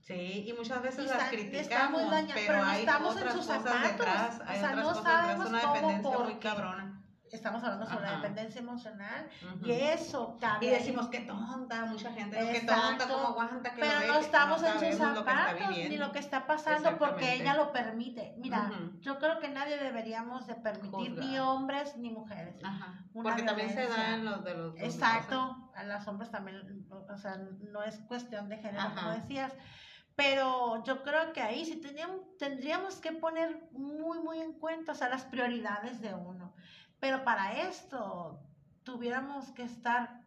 S1: Sí, y muchas veces
S4: Y
S1: las
S4: están-
S1: criticamos,
S4: estamos daña-
S1: pero,
S4: pero no
S1: hay
S4: estamos en
S1: otras
S4: sus
S1: cosas
S4: zapatos.
S1: detrás,
S4: O
S1: hay
S4: sea,
S1: otras
S4: no
S1: cosas detrás,
S4: sabemos
S1: una
S4: cómo,
S1: dependencia
S4: por
S1: muy
S4: qué.
S1: cabrona.
S4: Estamos hablando sobre la
S1: Ajá.
S4: dependencia emocional
S1: Ujú.
S4: y eso cabe
S1: Y
S4: ahí.
S1: decimos que tonta, mucha gente, "No, que
S4: Exacto.
S1: tonta, cómo aguanta, que lo
S4: pero
S1: ve",
S4: no estamos
S1: no
S4: en sus
S1: sabemos lo que está
S4: zapatos ni
S1: viviendo.
S4: lo que está pasando porque
S1: Exactamente.
S4: ella lo permite. Mira,
S1: Ujú.
S4: yo creo que nadie deberíamos de permitir ni
S1: Juzgar.
S4: hombres ni mujeres.
S1: Ajá.
S4: Una
S1: Porque también se
S4: violencia.
S1: da en los de los dos lados,
S4: Exacto, a las hombres también, o sea, no es cuestión de género,
S1: Ajá.
S4: como decías. Pero yo creo que ahí sí teníamos, tendríamos que poner muy, muy en cuenta, o sea, las prioridades de uno. Pero para esto tuviéramos que estar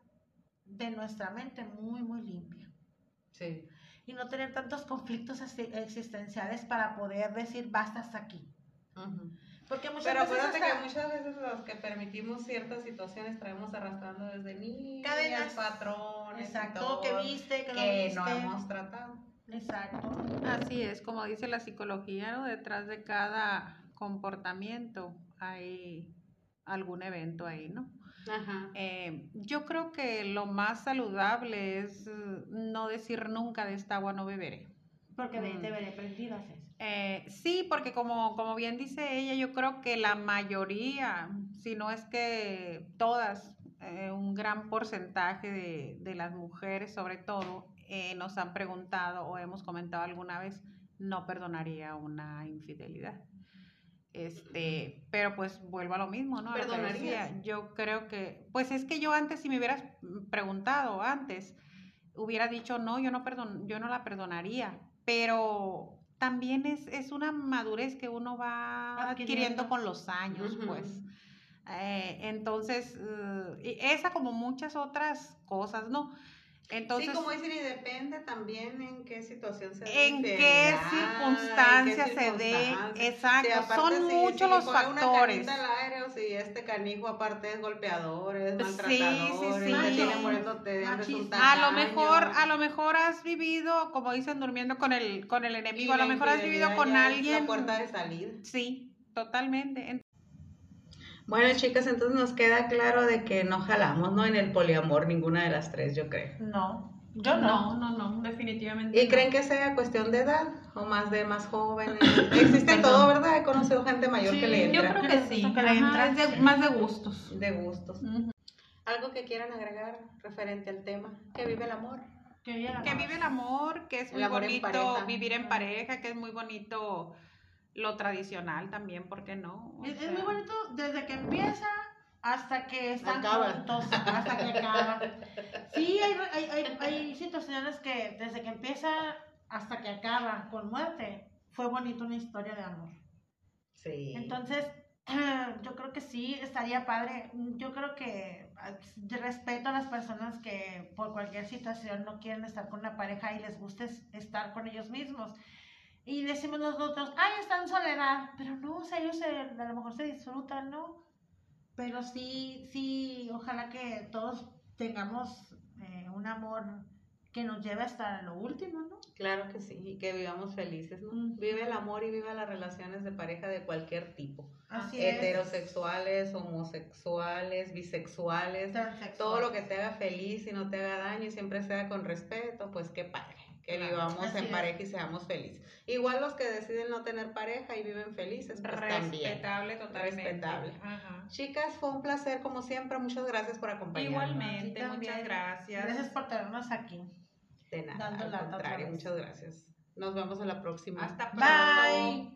S4: de nuestra mente muy, muy limpia
S1: ¿eh? Sí.
S4: y no tener tantos conflictos así- existenciales para poder decir basta hasta aquí.
S1: Ujú.
S4: Porque muchas
S1: Pero
S4: veces
S1: acuérdate
S4: hasta-
S1: que muchas veces los que permitimos ciertas situaciones traemos arrastrando desde niñas,
S4: Cadenas.
S1: patrones, y
S4: Exacto,
S1: todo,
S4: que viste, que, no
S1: que
S4: viste.
S1: no hemos tratado.
S4: Exacto.
S3: Así es, como dice la psicología, ¿no? detrás de cada comportamiento hay algún evento ahí, ¿no?
S1: Ajá.
S3: Eh, yo creo que lo más saludable es eh, no decir nunca de esta agua no beberé.
S4: Porque de-
S3: Mm.
S4: te veré prendidas eso.
S3: Eh, sí, porque como, como bien dice ella, yo creo que la mayoría, si no es que todas, eh, un gran porcentaje de, de las mujeres sobre todo, eh, nos han preguntado o hemos comentado alguna vez, no perdonaría una infidelidad. Este, pero pues vuelvo a lo mismo, ¿no? A lo que
S1: ¿Perdonarías?
S3: decía. Yo creo que, pues es que yo antes, si me hubieras preguntado antes, hubiera dicho, no, yo no, perdon, yo no la perdonaría, pero también es, es una madurez que uno va adquiriendo,
S4: Adquiriendo.
S3: con los años,
S1: Ujú.
S3: pues. Eh, entonces, eh, y esa como muchas otras cosas, ¿no? Entonces,
S1: sí, como dicen, y depende también en qué situación se dé.
S3: en qué circunstancias se dé, exacto, son muchos los factores.
S1: Una canita al aire, o si este canijo aparte es golpeador, es
S3: Sí, sí,
S1: maltratador,
S3: sí.
S1: le tiene muriéndote de hambre, es un
S4: Machista.
S3: A lo
S1: tacaño.
S3: mejor, a lo mejor has vivido, como dicen, durmiendo con el, con el
S1: Y
S3: enemigo, a lo
S1: la
S3: mejor has vivido
S1: infidelidad
S3: con
S1: ya es
S3: alguien.
S1: La puerta de salida.
S3: Sí, totalmente. En-
S1: Bueno, chicas, entonces nos queda claro de que no jalamos, ¿no? En el poliamor ninguna de las tres, yo creo.
S4: No, yo no.
S3: no, no, definitivamente.
S1: ¿Y
S3: no.
S1: creen que sea cuestión de edad o más de más
S3: [COUGHS]
S1: jóvenes? Existe todo, ¿verdad? He conocido gente mayor que le
S3: Yo
S1: entra
S3: creo que sí.
S4: que le
S3: ajá,
S4: entra.
S3: es de- más de gustos.
S1: de gustos.
S3: Ujú.
S1: ¿Algo que quieran agregar referente al tema? Que vive el amor.
S4: Que viva
S3: Que vive el amor, que es
S1: El
S3: muy
S1: amor en
S3: bonito
S1: pareja.
S3: vivir en pareja, que es muy bonito lo tradicional también, ¿por qué no? O
S4: Es, es
S3: sea,
S4: muy bonito desde que empieza hasta que están
S1: Acaba.
S4: juntos, hasta que acaba. Sí, hay, hay, hay, hay situaciones que desde que empieza hasta que acaba con muerte, fue bonito una historia de amor.
S1: Sí.
S4: Entonces, [CLEARS THROAT] yo creo que sí, estaría padre. Yo creo que ah, yo respeto a las personas que por cualquier situación no quieren estar con una pareja y les gusta es- estar con ellos mismos. Y decimos nosotros, ay, está en soledad. Pero no, o sea, ellos se- a lo mejor se disfrutan, ¿no? Pero sí, sí, ojalá que todos tengamos eh, un amor que nos lleve hasta lo último, ¿no?
S1: claro que sí, y que vivamos felices, ¿no?
S4: Ujú.
S1: Vive el amor y viva las relaciones de pareja de cualquier tipo.
S4: Así
S1: Heterosexuales, homosexuales, bisexuales,
S4: Transexual.
S1: todo lo que te haga feliz y no te haga daño y siempre sea con respeto, pues qué padre. Que
S4: Claro,
S1: vivamos
S4: así
S1: en
S4: es.
S1: pareja y seamos felices. Igual los que deciden no tener pareja y viven felices, pues también.
S3: respetable totalmente.
S1: Respetable.
S3: Ajá.
S1: Chicas, fue un placer como siempre. Muchas gracias por acompañarnos.
S4: A ti
S3: Igualmente,
S4: también.
S3: muchas gracias.
S4: Gracias por tenernos aquí.
S1: De nada,
S4: dando
S1: al
S4: lata otra
S1: contrario,
S4: vez.
S1: muchas gracias. Nos vemos a la próxima.
S3: Hasta pronto.
S4: Bye.